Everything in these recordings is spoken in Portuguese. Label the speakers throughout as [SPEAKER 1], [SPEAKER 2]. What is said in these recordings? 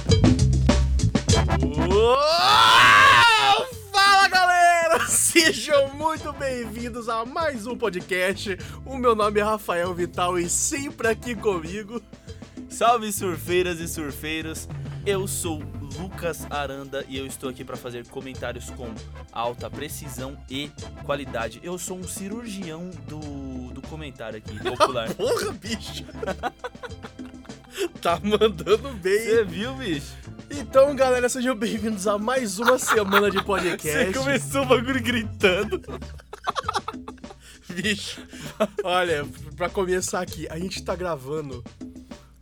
[SPEAKER 1] bem-vindos a mais um podcast. O meu nome é Rafael Vital e sempre aqui comigo.
[SPEAKER 2] Salve surfeiras e surfeiros. Eu sou Lucas Aranda e eu estou aqui para fazer comentários com alta precisão e qualidade. Eu sou um cirurgião do, do comentário aqui, popular.
[SPEAKER 1] Porra, bicho! tá mandando bem.
[SPEAKER 2] Você viu, bicho?
[SPEAKER 1] Então, galera, sejam bem-vindos a mais uma semana de
[SPEAKER 2] Você
[SPEAKER 1] podcast.
[SPEAKER 2] começou o bagulho gritando.
[SPEAKER 1] Bicho, olha, pra começar aqui, a gente tá gravando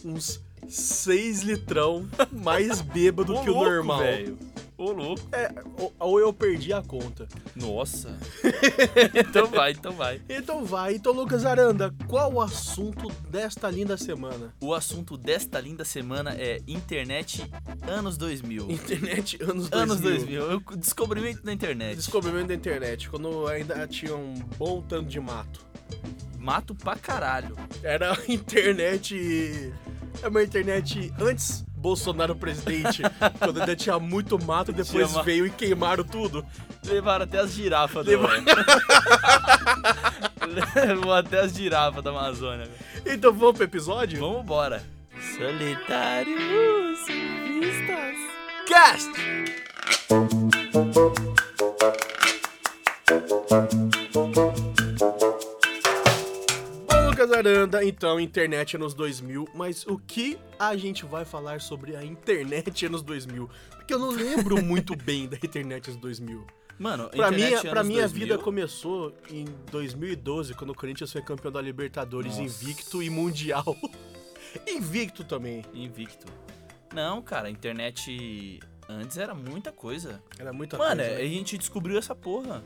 [SPEAKER 1] uns 6 litrão mais bêbado
[SPEAKER 2] Ô,
[SPEAKER 1] que o
[SPEAKER 2] louco,
[SPEAKER 1] normal.
[SPEAKER 2] velho. Ô, louco.
[SPEAKER 1] É, ou- ou eu perdi a conta.
[SPEAKER 2] Nossa. então vai, então vai.
[SPEAKER 1] Então vai, então Lucas Aranda, qual o assunto desta linda semana?
[SPEAKER 2] O assunto desta linda semana é internet anos 2000.
[SPEAKER 1] Internet anos 2000.
[SPEAKER 2] Anos 2000. Eu descobrimento da internet.
[SPEAKER 1] Descobrimento da internet, quando ainda tinha um bom tanto de mato.
[SPEAKER 2] Mato pra caralho.
[SPEAKER 1] Era a internet. É uma internet antes Bolsonaro presidente, quando ainda tinha muito mato, depois
[SPEAKER 2] Tinha ma-
[SPEAKER 1] veio e queimaram tudo.
[SPEAKER 2] Levaram até as girafas do
[SPEAKER 1] Levaram-
[SPEAKER 2] Levou até as girafas da Amazônia. velho.
[SPEAKER 1] Então vamos pro episódio?
[SPEAKER 2] Vamos embora. Solitários vistas.
[SPEAKER 1] Cast! Bom, Lucas Aranda, então, internet anos 2000, mas o que a gente vai falar sobre a internet é anos 2000? Porque eu não lembro muito bem da internet anos 2000.
[SPEAKER 2] Mano,
[SPEAKER 1] Pra mim,
[SPEAKER 2] internet é
[SPEAKER 1] pra
[SPEAKER 2] anos
[SPEAKER 1] mim a
[SPEAKER 2] 2000,
[SPEAKER 1] vida começou em 2012, quando o Corinthians foi campeão da Libertadores,
[SPEAKER 2] Nossa.
[SPEAKER 1] invicto e mundial. invicto também.
[SPEAKER 2] Invicto. Não, cara, a internet antes era muita coisa.
[SPEAKER 1] Era muita
[SPEAKER 2] Mano, é
[SPEAKER 1] coisa.
[SPEAKER 2] a gente descobriu essa porra.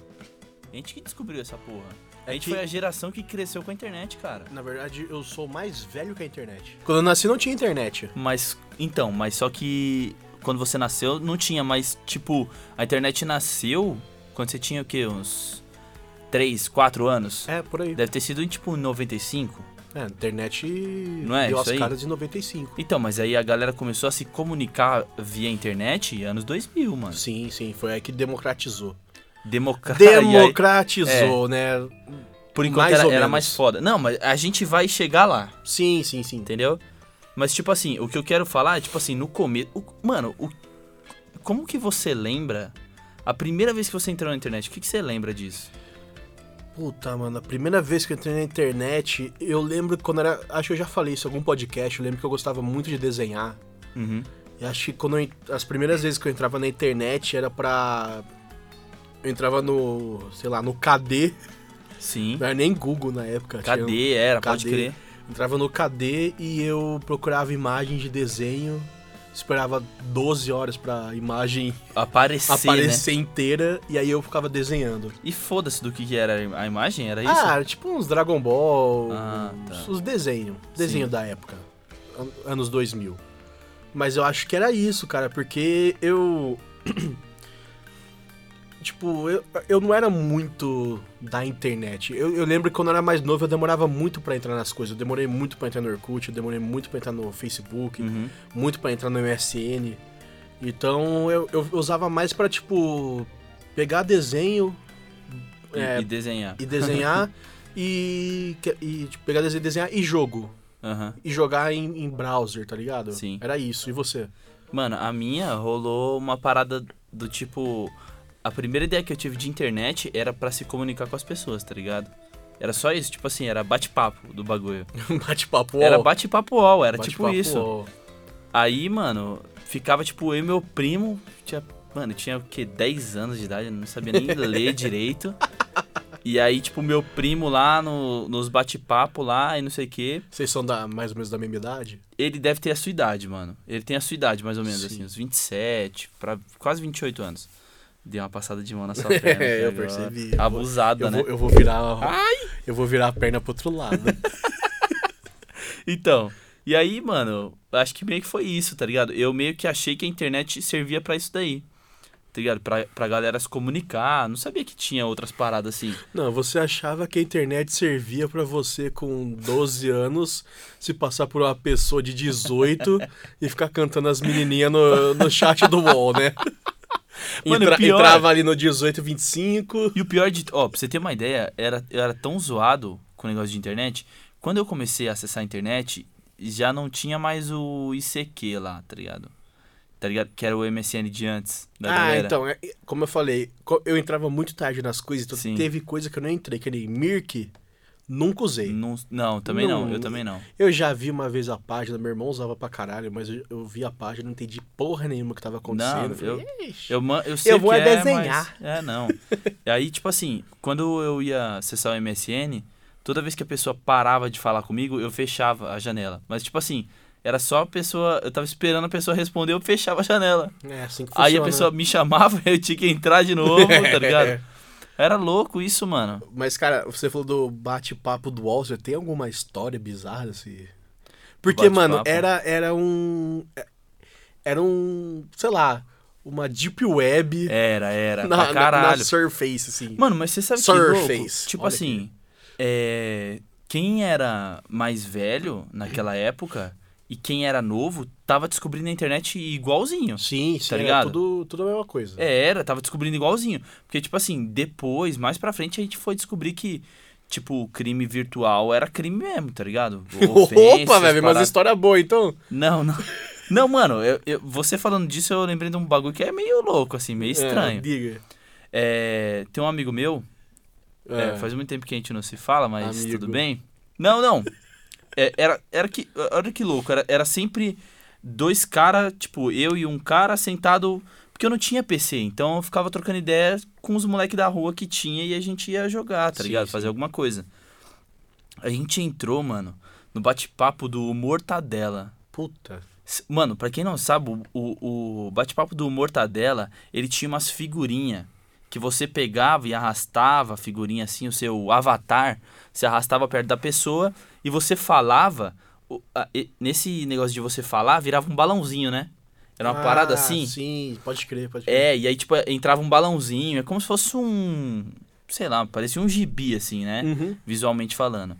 [SPEAKER 2] A gente que descobriu essa porra. A
[SPEAKER 1] É
[SPEAKER 2] gente
[SPEAKER 1] que-
[SPEAKER 2] foi a geração que cresceu com a internet, cara.
[SPEAKER 1] Na verdade, eu sou mais velho que a internet. Quando eu nasci não tinha internet.
[SPEAKER 2] Mas, então, mas só que quando você nasceu não tinha, mas tipo, a internet nasceu quando você tinha o quê? Uns 3, 4 anos?
[SPEAKER 1] É, por aí.
[SPEAKER 2] Deve ter sido em tipo 95.
[SPEAKER 1] É, a internet
[SPEAKER 2] Não é
[SPEAKER 1] deu as
[SPEAKER 2] isso aí?
[SPEAKER 1] caras de 95.
[SPEAKER 2] Então, mas aí a galera começou a se comunicar via internet anos 2000, mano.
[SPEAKER 1] Sim, sim, foi aí que democratizou.
[SPEAKER 2] Democracia.
[SPEAKER 1] Democratizou, né?
[SPEAKER 2] Por enquanto
[SPEAKER 1] mais
[SPEAKER 2] era,
[SPEAKER 1] ou
[SPEAKER 2] era
[SPEAKER 1] menos.
[SPEAKER 2] mais foda. Não, mas a gente vai chegar lá.
[SPEAKER 1] Sim, sim, sim.
[SPEAKER 2] Entendeu? Mas, tipo assim, o que eu quero falar é, tipo assim, no começo. o- Mano, o- como que você lembra a primeira vez que você entrou na internet? O que, que você lembra disso?
[SPEAKER 1] Puta, mano, a primeira vez que eu entrei na internet, eu lembro quando era. Acho que eu já falei isso em algum podcast, eu lembro que eu gostava muito de desenhar.
[SPEAKER 2] Uhum.
[SPEAKER 1] E acho que quando eu en- as primeiras vezes que eu entrava na internet era pra. Eu entrava no. sei lá, no KD.
[SPEAKER 2] Sim.
[SPEAKER 1] Não era nem Google na época. Né? tinha- um
[SPEAKER 2] Cadê? Era, pode
[SPEAKER 1] Cadê?
[SPEAKER 2] crer.
[SPEAKER 1] Entrava no KD e eu procurava imagem de desenho. Esperava 12 horas pra imagem
[SPEAKER 2] Aparecer, né?
[SPEAKER 1] aparecer inteira e aí eu ficava desenhando.
[SPEAKER 2] E foda-se do que que era a imagem, era É isso?
[SPEAKER 1] Ah, tipo uns Dragon Ball,
[SPEAKER 2] Ah, tá.
[SPEAKER 1] uns- os desenhos, desenho
[SPEAKER 2] Sim.
[SPEAKER 1] da época, an- anos 2000. Mas eu acho que era isso, cara, porque eu tipo, eu, eu não era muito da internet. Eu, eu lembro que quando eu era mais novo eu demorava muito pra entrar nas coisas. Eu demorei muito pra entrar no Orkut, eu demorei muito pra entrar no Facebook,
[SPEAKER 2] Uhum.
[SPEAKER 1] muito pra entrar no MSN. Então eu, eu usava mais pra, tipo, pegar desenho
[SPEAKER 2] E,
[SPEAKER 1] É,
[SPEAKER 2] e desenhar.
[SPEAKER 1] e desenhar e, que- e tipo, pegar desenho e desenhar e jogo.
[SPEAKER 2] Aham.
[SPEAKER 1] E jogar em, em browser, tá ligado?
[SPEAKER 2] Sim.
[SPEAKER 1] Era isso. E você?
[SPEAKER 2] Mano, a minha rolou uma parada do tipo. A primeira ideia que eu tive de internet era pra se comunicar com as pessoas, tá ligado? Era só isso, tipo assim, era bate-papo do bagulho.
[SPEAKER 1] Bate-papo.
[SPEAKER 2] Era
[SPEAKER 1] ó.
[SPEAKER 2] bate-papo UOL, era tipo
[SPEAKER 1] Bate-papo,
[SPEAKER 2] isso.
[SPEAKER 1] ó.
[SPEAKER 2] Aí, mano, ficava tipo eu e meu primo, tinha, mano, tinha o quê? 10 anos de idade, eu não sabia nem ler direito. E aí, tipo, meu primo lá no- nos bate-papo lá e não sei o quê,
[SPEAKER 1] Vocês são da, mais ou menos da mesma idade?
[SPEAKER 2] ele deve ter a sua idade, mano. Ele tem a sua idade, mais ou menos,
[SPEAKER 1] Sim.
[SPEAKER 2] assim, uns 27, pra quase 28 anos. Dei uma passada de mão na sua perna. aqui
[SPEAKER 1] É, eu
[SPEAKER 2] agora.
[SPEAKER 1] percebi. Eu vou-
[SPEAKER 2] Abusada,
[SPEAKER 1] Eu,
[SPEAKER 2] né?
[SPEAKER 1] vou, eu vou virar. Eu vou virar a perna pro outro lado.
[SPEAKER 2] Então, e aí, mano, acho que meio que foi isso, tá ligado? Eu meio que achei que a internet servia pra isso daí. Tá ligado? Pra, pra galera se comunicar. Não sabia que tinha outras paradas assim.
[SPEAKER 1] Não, você achava que a internet servia pra você com 12 anos se passar por uma pessoa de 18 e ficar cantando as menininhas no, no chat do UOL, né?
[SPEAKER 2] Mano,
[SPEAKER 1] Entra-
[SPEAKER 2] pior-
[SPEAKER 1] Entrava ali no 1825.
[SPEAKER 2] E o pior de. Ó, pra você ter uma ideia, era, eu era tão zoado com o negócio de internet. Quando eu comecei a acessar a internet, já não tinha mais o ICQ lá, tá ligado? Tá ligado? Que era o MSN de antes. Da
[SPEAKER 1] ah,
[SPEAKER 2] né, galera.
[SPEAKER 1] então, é- como eu falei, co- eu entrava muito tarde nas coisas, então
[SPEAKER 2] Sim.
[SPEAKER 1] teve coisa que eu não entrei, aquele Mirk, nunca usei.
[SPEAKER 2] Não, não, também não,
[SPEAKER 1] Não.
[SPEAKER 2] Eu também não.
[SPEAKER 1] Eu já vi uma vez a página, meu irmão usava pra caralho, mas eu, eu vi a página, não entendi porra nenhuma que tava acontecendo.
[SPEAKER 2] Não,
[SPEAKER 1] falei, "Ixi".
[SPEAKER 2] Eu, man- eu sei
[SPEAKER 1] Eu vou
[SPEAKER 2] o que
[SPEAKER 1] é
[SPEAKER 2] é,
[SPEAKER 1] desenhar.
[SPEAKER 2] mas- É, não. E aí, tipo assim, quando eu ia acessar o MSN, toda vez que a pessoa parava de falar comigo, eu fechava a janela. Mas, tipo assim, era só a pessoa. Eu tava esperando a pessoa responder, eu fechava a janela.
[SPEAKER 1] É assim que
[SPEAKER 2] Aí a
[SPEAKER 1] funciona. né?" É,
[SPEAKER 2] pessoa me chamava, eu tinha que entrar de novo, tá ligado? Era louco isso, mano.
[SPEAKER 1] Mas, cara, você falou do bate-papo do Wall Street. Tem alguma história bizarra assim? Porque,
[SPEAKER 2] bate-papo?
[SPEAKER 1] mano, era, era um. Era um. Sei lá. Uma Deep Web
[SPEAKER 2] Era, era.
[SPEAKER 1] na,
[SPEAKER 2] pra
[SPEAKER 1] na, na
[SPEAKER 2] caralho.
[SPEAKER 1] Surface, assim.
[SPEAKER 2] Mano, mas você sabe que louco?
[SPEAKER 1] Surface.
[SPEAKER 2] Tipo
[SPEAKER 1] Olha
[SPEAKER 2] assim, é, quem era mais velho naquela época e quem era novo tava descobrindo a internet igualzinho.
[SPEAKER 1] Sim, sim.
[SPEAKER 2] Tá
[SPEAKER 1] era
[SPEAKER 2] ligado?
[SPEAKER 1] tudo, tudo a mesma coisa.
[SPEAKER 2] É, era, tava descobrindo igualzinho. Porque, tipo assim, depois, mais pra frente, a gente foi descobrir que, tipo, o crime virtual era crime mesmo, tá ligado?
[SPEAKER 1] Opa,
[SPEAKER 2] Ofensas,
[SPEAKER 1] velho, mas
[SPEAKER 2] paradas.
[SPEAKER 1] história boa, então.
[SPEAKER 2] Não, não. Não, mano, eu- eu- você falando disso, eu lembrei de um bagulho que é meio louco, assim, meio
[SPEAKER 1] É,
[SPEAKER 2] estranho.
[SPEAKER 1] diga.
[SPEAKER 2] É, tem um amigo meu, é,
[SPEAKER 1] É.
[SPEAKER 2] faz muito tempo que a gente não se fala, mas
[SPEAKER 1] Amigo.
[SPEAKER 2] tudo bem. Não, não. É, era, era que. Olha que louco, era, era sempre dois caras, tipo, eu e um cara sentado. Porque eu não tinha PC, então eu ficava trocando ideia com os moleques da rua que tinha e a gente ia jogar, tá
[SPEAKER 1] Sim,
[SPEAKER 2] ligado?
[SPEAKER 1] sim.
[SPEAKER 2] Fazer alguma coisa. A gente entrou, mano, no bate-papo do Mortadela.
[SPEAKER 1] Puta.
[SPEAKER 2] S- Mano, pra quem não sabe, o, o, o bate-papo do Mortadela, ele tinha umas figurinhas que você pegava e arrastava a figurinha assim, o seu avatar, se arrastava perto da pessoa e você falava. o- a- e- Nesse negócio de você falar, virava um balãozinho, né? Era uma
[SPEAKER 1] Ah,
[SPEAKER 2] parada assim.
[SPEAKER 1] Sim, pode crer, pode crer.
[SPEAKER 2] É, e aí, tipo, entrava um balãozinho, é como se fosse um. Sei lá, parecia um gibi, assim, né?
[SPEAKER 1] Uhum.
[SPEAKER 2] Visualmente falando.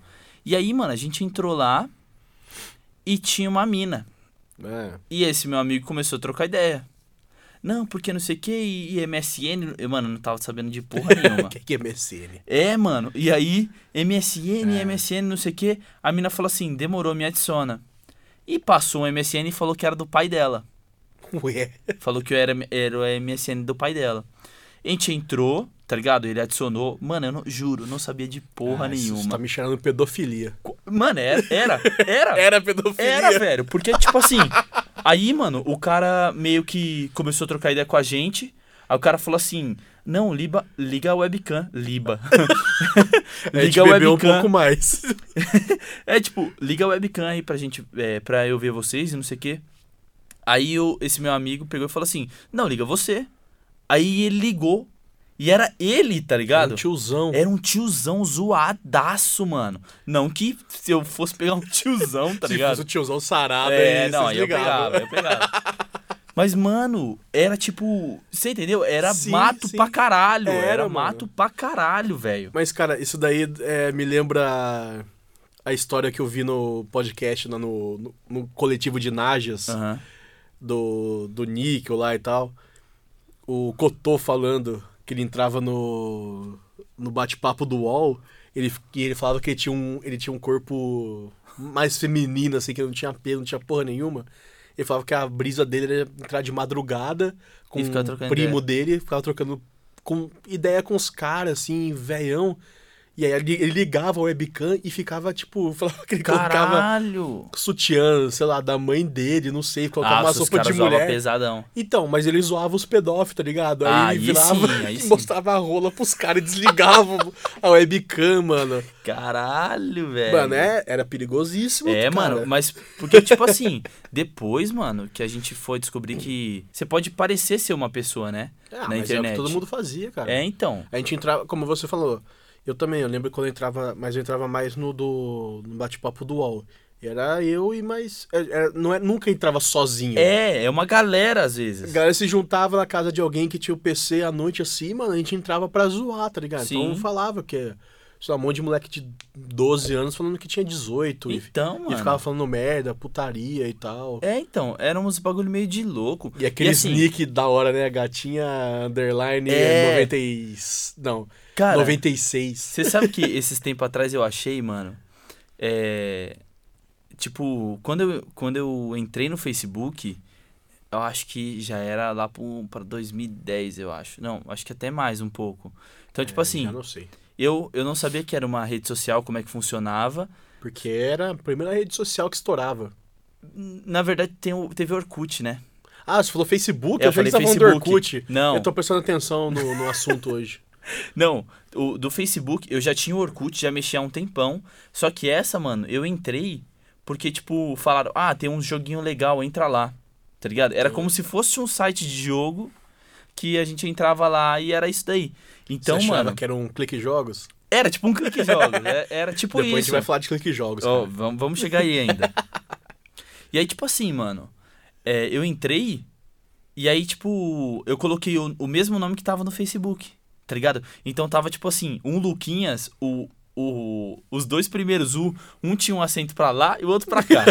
[SPEAKER 2] E aí, mano, a gente entrou lá e tinha uma mina.
[SPEAKER 1] É.
[SPEAKER 2] E esse meu amigo começou a trocar ideia. Não, porque não sei o que, e e MSN. Eu, mano, não tava sabendo de porra nenhuma.
[SPEAKER 1] Que que é MSN?
[SPEAKER 2] é, mano. E aí, MSN, MSN, não sei o que. A mina falou assim: demorou, me adiciona. E passou um MSN e falou que era do pai dela.
[SPEAKER 1] Ué.
[SPEAKER 2] Falou que eu era, era o MSN do pai dela. A gente entrou, tá ligado? Ele adicionou. Mano, eu não, juro, não sabia de porra
[SPEAKER 1] Ah, isso- Isso tá
[SPEAKER 2] nenhuma.
[SPEAKER 1] me chamando pedofilia.
[SPEAKER 2] Co- Mano, era, era, era.
[SPEAKER 1] Era pedofilia.
[SPEAKER 2] Era, velho. Porque, tipo assim, aí, mano, o cara meio que começou a trocar ideia com a gente. Aí o cara falou assim: Não, liba, liga a webcam. Liba.
[SPEAKER 1] A gente
[SPEAKER 2] a
[SPEAKER 1] bebeu um
[SPEAKER 2] webcam.
[SPEAKER 1] pouco mais.
[SPEAKER 2] É tipo, liga a webcam aí pra gente, é, pra eu ver vocês e não sei o quê. Aí eu- esse meu amigo pegou e falou assim: Não, liga você. Aí ele ligou. E era ele, tá ligado?
[SPEAKER 1] Um tiozão.
[SPEAKER 2] Era um tiozão zoadaço, mano. Não que se eu fosse pegar um tiozão, tá
[SPEAKER 1] Se
[SPEAKER 2] ligado?
[SPEAKER 1] fosse Tipo, o tiozão sarado
[SPEAKER 2] É,
[SPEAKER 1] aí,
[SPEAKER 2] não,
[SPEAKER 1] vocês
[SPEAKER 2] aí eu
[SPEAKER 1] ligavam.
[SPEAKER 2] pegava, eu pegava. Mas, mano, era tipo. Você entendeu? Era
[SPEAKER 1] Sim,
[SPEAKER 2] mato
[SPEAKER 1] sim.
[SPEAKER 2] pra caralho. Era,
[SPEAKER 1] Era, mano.
[SPEAKER 2] mato pra caralho, velho.
[SPEAKER 1] Mas, cara, isso daí é, me lembra a história que eu vi no podcast, né, no, no, no coletivo de Najas,
[SPEAKER 2] Aham.
[SPEAKER 1] do, do Níquel lá e tal. O Cotô falando que ele entrava no, no bate-papo do UOL ele, e ele falava que ele tinha, um, ele tinha um corpo mais feminino, assim, que não tinha pelo, não tinha porra nenhuma. Ele falava que a brisa dele era entrar de madrugada com
[SPEAKER 2] E ficar
[SPEAKER 1] o
[SPEAKER 2] trocando
[SPEAKER 1] primo dele, ficava trocando com ideia com os caras, assim, velhão. E aí ele ele ligava a webcam e ficava, tipo, falava que ele colocava
[SPEAKER 2] Caralho.
[SPEAKER 1] sutiã, sei lá, da mãe dele, não sei, colocava
[SPEAKER 2] Ah,
[SPEAKER 1] uma
[SPEAKER 2] se os
[SPEAKER 1] sopa
[SPEAKER 2] caras
[SPEAKER 1] de
[SPEAKER 2] zoavam
[SPEAKER 1] mulher.
[SPEAKER 2] pesadão.
[SPEAKER 1] Então, mas ele zoava os pedófilos, tá ligado? Aí
[SPEAKER 2] Ah,
[SPEAKER 1] ele
[SPEAKER 2] aí
[SPEAKER 1] virava
[SPEAKER 2] sim, aí
[SPEAKER 1] e
[SPEAKER 2] sim.
[SPEAKER 1] mostrava a rola pros caras e desligava a webcam, mano.
[SPEAKER 2] Caralho, velho.
[SPEAKER 1] Mano, é- era perigosíssimo.
[SPEAKER 2] É,
[SPEAKER 1] cara.
[SPEAKER 2] mano, mas porque, tipo assim, depois, mano, que a gente foi descobrir que você pode parecer ser uma pessoa, né?
[SPEAKER 1] Ah,
[SPEAKER 2] na
[SPEAKER 1] mas é o que
[SPEAKER 2] internet.
[SPEAKER 1] todo mundo fazia, cara.
[SPEAKER 2] É, então.
[SPEAKER 1] A gente entrava, como você falou, eu também, eu lembro quando eu entrava, mas eu entrava mais no do no bate-papo do UOL. Era eu e mais. é- é- não é, nunca entrava sozinho.
[SPEAKER 2] É, é uma galera às
[SPEAKER 1] A
[SPEAKER 2] vezes.
[SPEAKER 1] galera se juntava na casa de alguém que tinha o PC à noite assim, mano, a gente entrava pra zoar, tá ligado?
[SPEAKER 2] Sim.
[SPEAKER 1] Então falava que sei lá, um monte de moleque de 12 anos falando que tinha 18. e-
[SPEAKER 2] Então, mano.
[SPEAKER 1] E ficava falando merda, putaria e tal.
[SPEAKER 2] É, então, era uns bagulho meio de louco.
[SPEAKER 1] E aquele
[SPEAKER 2] assim,
[SPEAKER 1] sneak da hora, né? Gatinha underline
[SPEAKER 2] É.
[SPEAKER 1] 90 e... Não,
[SPEAKER 2] Cara,
[SPEAKER 1] 96.
[SPEAKER 2] Você sabe que esses tempos atrás eu achei, mano. É. Tipo, quando eu, quando eu entrei no Facebook, eu acho que já era lá pro, pra 2010, eu acho. Não, acho que até mais um pouco. Então, tipo
[SPEAKER 1] É,
[SPEAKER 2] assim,
[SPEAKER 1] Já não sei.
[SPEAKER 2] eu, eu não sabia que era uma rede social, como é que funcionava.
[SPEAKER 1] Porque era a primeira rede social que estourava.
[SPEAKER 2] Na verdade, tem o, teve o Orkut, né?
[SPEAKER 1] Ah, você falou Facebook?
[SPEAKER 2] É, eu
[SPEAKER 1] achei que
[SPEAKER 2] falei
[SPEAKER 1] você tava falando do
[SPEAKER 2] Facebook.
[SPEAKER 1] Orkut.
[SPEAKER 2] Não.
[SPEAKER 1] Eu tô prestando atenção no, no assunto hoje.
[SPEAKER 2] Não, o, do Facebook, eu já tinha o Orkut, já mexia há um tempão. Só que essa, mano, eu entrei porque, tipo, falaram, ah, tem um joguinho legal, entra lá. Tá ligado? Era como se fosse um site de jogo que a gente entrava lá e era isso daí. Então,
[SPEAKER 1] você achava
[SPEAKER 2] mano,
[SPEAKER 1] que era um clique jogos?
[SPEAKER 2] era tipo um clique jogos. é- Era tipo
[SPEAKER 1] Depois a gente
[SPEAKER 2] isso.
[SPEAKER 1] vai falar de clique jogos.
[SPEAKER 2] Ó,
[SPEAKER 1] cara.
[SPEAKER 2] vamos, vamos chegar aí ainda. e aí, tipo assim, mano, é, eu entrei e aí, tipo, eu coloquei o, o mesmo nome que tava no Facebook, tá ligado? Então tava, tipo assim, um Luquinhas, o, o, os dois primeiros U, um tinha um acento pra lá e o outro pra cá.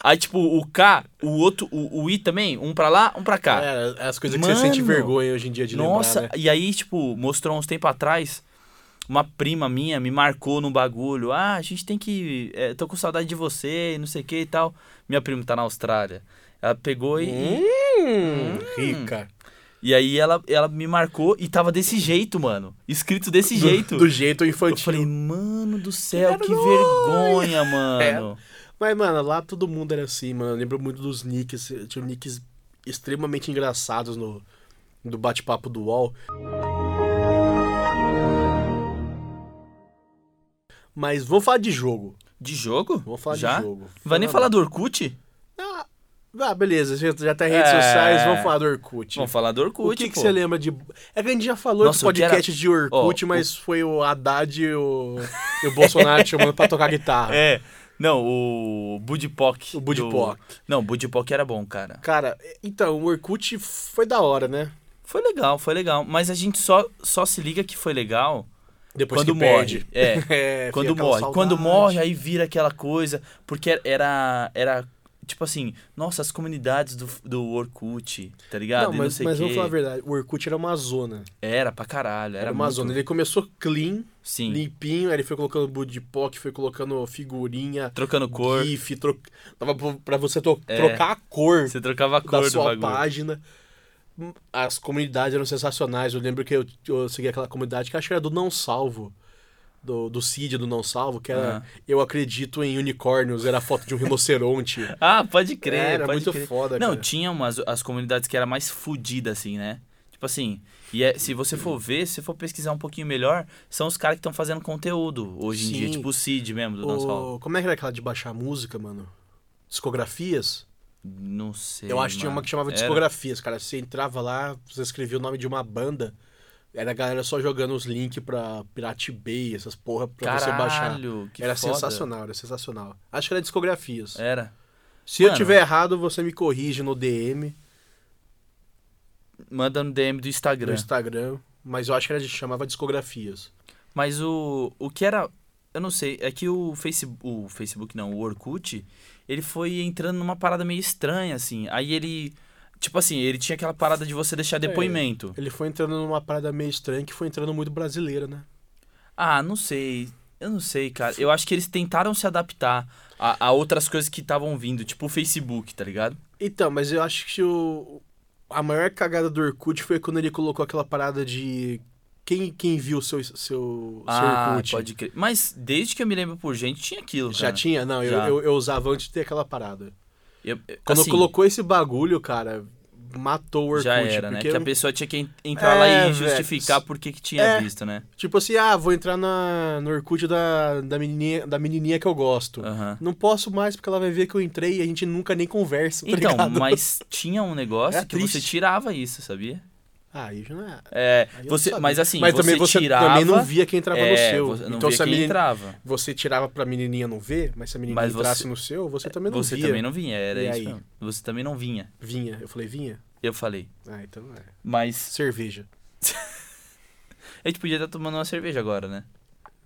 [SPEAKER 2] aí, tipo, o K, o outro, o, o I também, um pra lá, um pra cá.
[SPEAKER 1] É, as coisas que
[SPEAKER 2] Mano.
[SPEAKER 1] você sente vergonha hoje em dia de
[SPEAKER 2] Nossa,
[SPEAKER 1] lembrar, né?
[SPEAKER 2] e aí, tipo, mostrou uns tempo atrás, uma prima minha me marcou num bagulho. Ah, a gente tem que. é, tô com saudade de você, e não sei o que e tal. Minha prima tá na Austrália. Ela pegou e.
[SPEAKER 1] Hum, rica.
[SPEAKER 2] E aí ela, ela me marcou e tava desse jeito, mano. Escrito desse
[SPEAKER 1] Do-
[SPEAKER 2] jeito.
[SPEAKER 1] Do, jeito
[SPEAKER 2] Eu
[SPEAKER 1] infantil.
[SPEAKER 2] falei, mano do céu, que
[SPEAKER 1] vergonha." É.
[SPEAKER 2] vergonha, mano.
[SPEAKER 1] Mas, mano, lá todo mundo era assim, mano. Eu lembro muito dos nicks. eu Tinha nicks extremamente engraçados no do bate-papo do UOL. Mas vamos falar de jogo.
[SPEAKER 2] De jogo?
[SPEAKER 1] Vamos falar
[SPEAKER 2] Já?
[SPEAKER 1] de jogo.
[SPEAKER 2] Vai nem
[SPEAKER 1] Vamos.
[SPEAKER 2] falar do Orkut?
[SPEAKER 1] Ah, ah, beleza. Já, já tá em redes
[SPEAKER 2] É.
[SPEAKER 1] sociais, vamos falar do Orkut.
[SPEAKER 2] Vamos falar do Orkut,
[SPEAKER 1] o que, que
[SPEAKER 2] pô.
[SPEAKER 1] você lembra de. É que a gente já falou
[SPEAKER 2] Nossa,
[SPEAKER 1] de
[SPEAKER 2] o que
[SPEAKER 1] podcast de Orkut,
[SPEAKER 2] Ó, o-
[SPEAKER 1] mas foi o Haddad e o, e o Bolsonaro te chamando pra tocar guitarra.
[SPEAKER 2] É. Não, o Budipok.
[SPEAKER 1] O Budipok.
[SPEAKER 2] do- Não, o Budipok era bom, cara.
[SPEAKER 1] Cara, então, o Orkut foi da hora, né?
[SPEAKER 2] Foi legal, foi legal. Mas a gente só, só se liga que foi legal
[SPEAKER 1] Depois que
[SPEAKER 2] quando morre.
[SPEAKER 1] perde.
[SPEAKER 2] É.
[SPEAKER 1] É,
[SPEAKER 2] Quando
[SPEAKER 1] fica aquela
[SPEAKER 2] morre.
[SPEAKER 1] saudade.
[SPEAKER 2] Quando morre, aí vira aquela coisa. Porque era. era tipo assim, nossa, as comunidades do, do Orkut, tá ligado?
[SPEAKER 1] Não,
[SPEAKER 2] E
[SPEAKER 1] mas,
[SPEAKER 2] sei
[SPEAKER 1] mas
[SPEAKER 2] quê.
[SPEAKER 1] vamos falar a verdade. O Orkut era uma zona.
[SPEAKER 2] Era pra caralho. Era,
[SPEAKER 1] Era, uma
[SPEAKER 2] muito-
[SPEAKER 1] zona. Ele começou clean,
[SPEAKER 2] Sim.
[SPEAKER 1] limpinho, aí ele foi colocando budipoc, foi colocando figurinha,
[SPEAKER 2] Trocando cor.
[SPEAKER 1] gif, tro... dava pro- pra você to-
[SPEAKER 2] É.
[SPEAKER 1] trocar a cor
[SPEAKER 2] Você trocava a
[SPEAKER 1] da
[SPEAKER 2] cor do
[SPEAKER 1] sua
[SPEAKER 2] bagulho.
[SPEAKER 1] página. As comunidades eram sensacionais. Eu lembro que eu, eu segui aquela comunidade que acho que era do Não Salvo. Do, do Cid, do Não Salvo, que era
[SPEAKER 2] Aham.
[SPEAKER 1] Eu Acredito em Unicórnios, era a foto de um rinoceronte.
[SPEAKER 2] Ah, pode crer.
[SPEAKER 1] era
[SPEAKER 2] pode
[SPEAKER 1] muito
[SPEAKER 2] crer.
[SPEAKER 1] foda,
[SPEAKER 2] Não,
[SPEAKER 1] cara.
[SPEAKER 2] tinha umas as comunidades que era mais fodida, assim, né? Tipo assim, e é- se você for ver, se for pesquisar um pouquinho melhor, são os caras que estão fazendo conteúdo hoje em dia,
[SPEAKER 1] Sim.
[SPEAKER 2] tipo o Cid mesmo, do nosso hall.
[SPEAKER 1] O... Como é que era aquela de baixar música, mano? Discografias?
[SPEAKER 2] Não sei.
[SPEAKER 1] eu acho que tinha uma
[SPEAKER 2] mano.
[SPEAKER 1] que chamava
[SPEAKER 2] Era-
[SPEAKER 1] discografias, cara. Você entrava lá, você escrevia o nome de uma banda, era a galera só jogando os links pra Pirate Bay, essas porra pra você baixar.
[SPEAKER 2] Caralho, que
[SPEAKER 1] era
[SPEAKER 2] foda.
[SPEAKER 1] sensacional, era sensacional. Acho que era discografias.
[SPEAKER 2] Era.
[SPEAKER 1] Se eu
[SPEAKER 2] Mano.
[SPEAKER 1] tiver errado, você me corrige no DM,
[SPEAKER 2] Manda no DM do
[SPEAKER 1] no
[SPEAKER 2] Instagram.
[SPEAKER 1] Instagram, mas eu acho que era, chamava discografias.
[SPEAKER 2] Mas o, o que era. Eu não sei, é que o Facebook. O Facebook não, o Orkut, ele foi entrando numa parada meio estranha, assim. Aí ele. Tipo assim, ele tinha aquela parada de você
[SPEAKER 1] É.
[SPEAKER 2] deixar depoimento.
[SPEAKER 1] Ele foi entrando numa parada meio estranha que foi entrando muito brasileira, né?
[SPEAKER 2] Ah, não sei. Eu não sei, cara. Eu acho que eles tentaram se adaptar a, a outras coisas que estavam vindo, tipo o Facebook, tá ligado?
[SPEAKER 1] Então, mas eu acho que o... a maior cagada do Orkut foi quando ele colocou aquela parada de quem, quem viu o seu, seu, seu
[SPEAKER 2] ah,
[SPEAKER 1] Orkut.
[SPEAKER 2] pode crer. Mas desde que eu me lembro por gente, tinha aquilo,
[SPEAKER 1] Já
[SPEAKER 2] cara.
[SPEAKER 1] tinha? Não, eu,
[SPEAKER 2] Já.
[SPEAKER 1] eu, eu usava antes de ter aquela parada.
[SPEAKER 2] Eu,
[SPEAKER 1] Quando
[SPEAKER 2] assim,
[SPEAKER 1] colocou esse bagulho, cara, matou o Orkut.
[SPEAKER 2] já era, né?
[SPEAKER 1] porque
[SPEAKER 2] Que a pessoa tinha que en- entrar lá
[SPEAKER 1] É,
[SPEAKER 2] e
[SPEAKER 1] velho.
[SPEAKER 2] justificar por que que tinha
[SPEAKER 1] É.
[SPEAKER 2] visto, né?
[SPEAKER 1] Tipo assim, ah, vou entrar na, no Orkut da, da, menininha, da menininha que eu gosto.
[SPEAKER 2] Aham.
[SPEAKER 1] Não posso mais porque ela vai ver que eu entrei e a gente nunca nem conversa, tá
[SPEAKER 2] Então,
[SPEAKER 1] ligado?
[SPEAKER 2] mas tinha um negócio
[SPEAKER 1] É
[SPEAKER 2] que você
[SPEAKER 1] triste.
[SPEAKER 2] tirava isso, sabia?
[SPEAKER 1] Ah, isso não é...
[SPEAKER 2] É,
[SPEAKER 1] aí eu não
[SPEAKER 2] você,
[SPEAKER 1] sabia.
[SPEAKER 2] mas assim,
[SPEAKER 1] mas
[SPEAKER 2] você,
[SPEAKER 1] também você
[SPEAKER 2] tirava.
[SPEAKER 1] também não via quem entrava
[SPEAKER 2] é,
[SPEAKER 1] no seu.
[SPEAKER 2] você não
[SPEAKER 1] então
[SPEAKER 2] via
[SPEAKER 1] se a
[SPEAKER 2] quem
[SPEAKER 1] menina-
[SPEAKER 2] entrava.
[SPEAKER 1] você tirava pra menininha não ver, mas se a menininha
[SPEAKER 2] Mas você-
[SPEAKER 1] entrasse no seu, você também não
[SPEAKER 2] você
[SPEAKER 1] via.
[SPEAKER 2] também não vinha, era
[SPEAKER 1] E
[SPEAKER 2] isso
[SPEAKER 1] aí?
[SPEAKER 2] mesmo. Você também não vinha.
[SPEAKER 1] Vinha. Eu falei, vinha?
[SPEAKER 2] Eu falei.
[SPEAKER 1] Ah, então é.
[SPEAKER 2] Mas
[SPEAKER 1] Cerveja.
[SPEAKER 2] a gente podia estar tomando uma cerveja agora, né?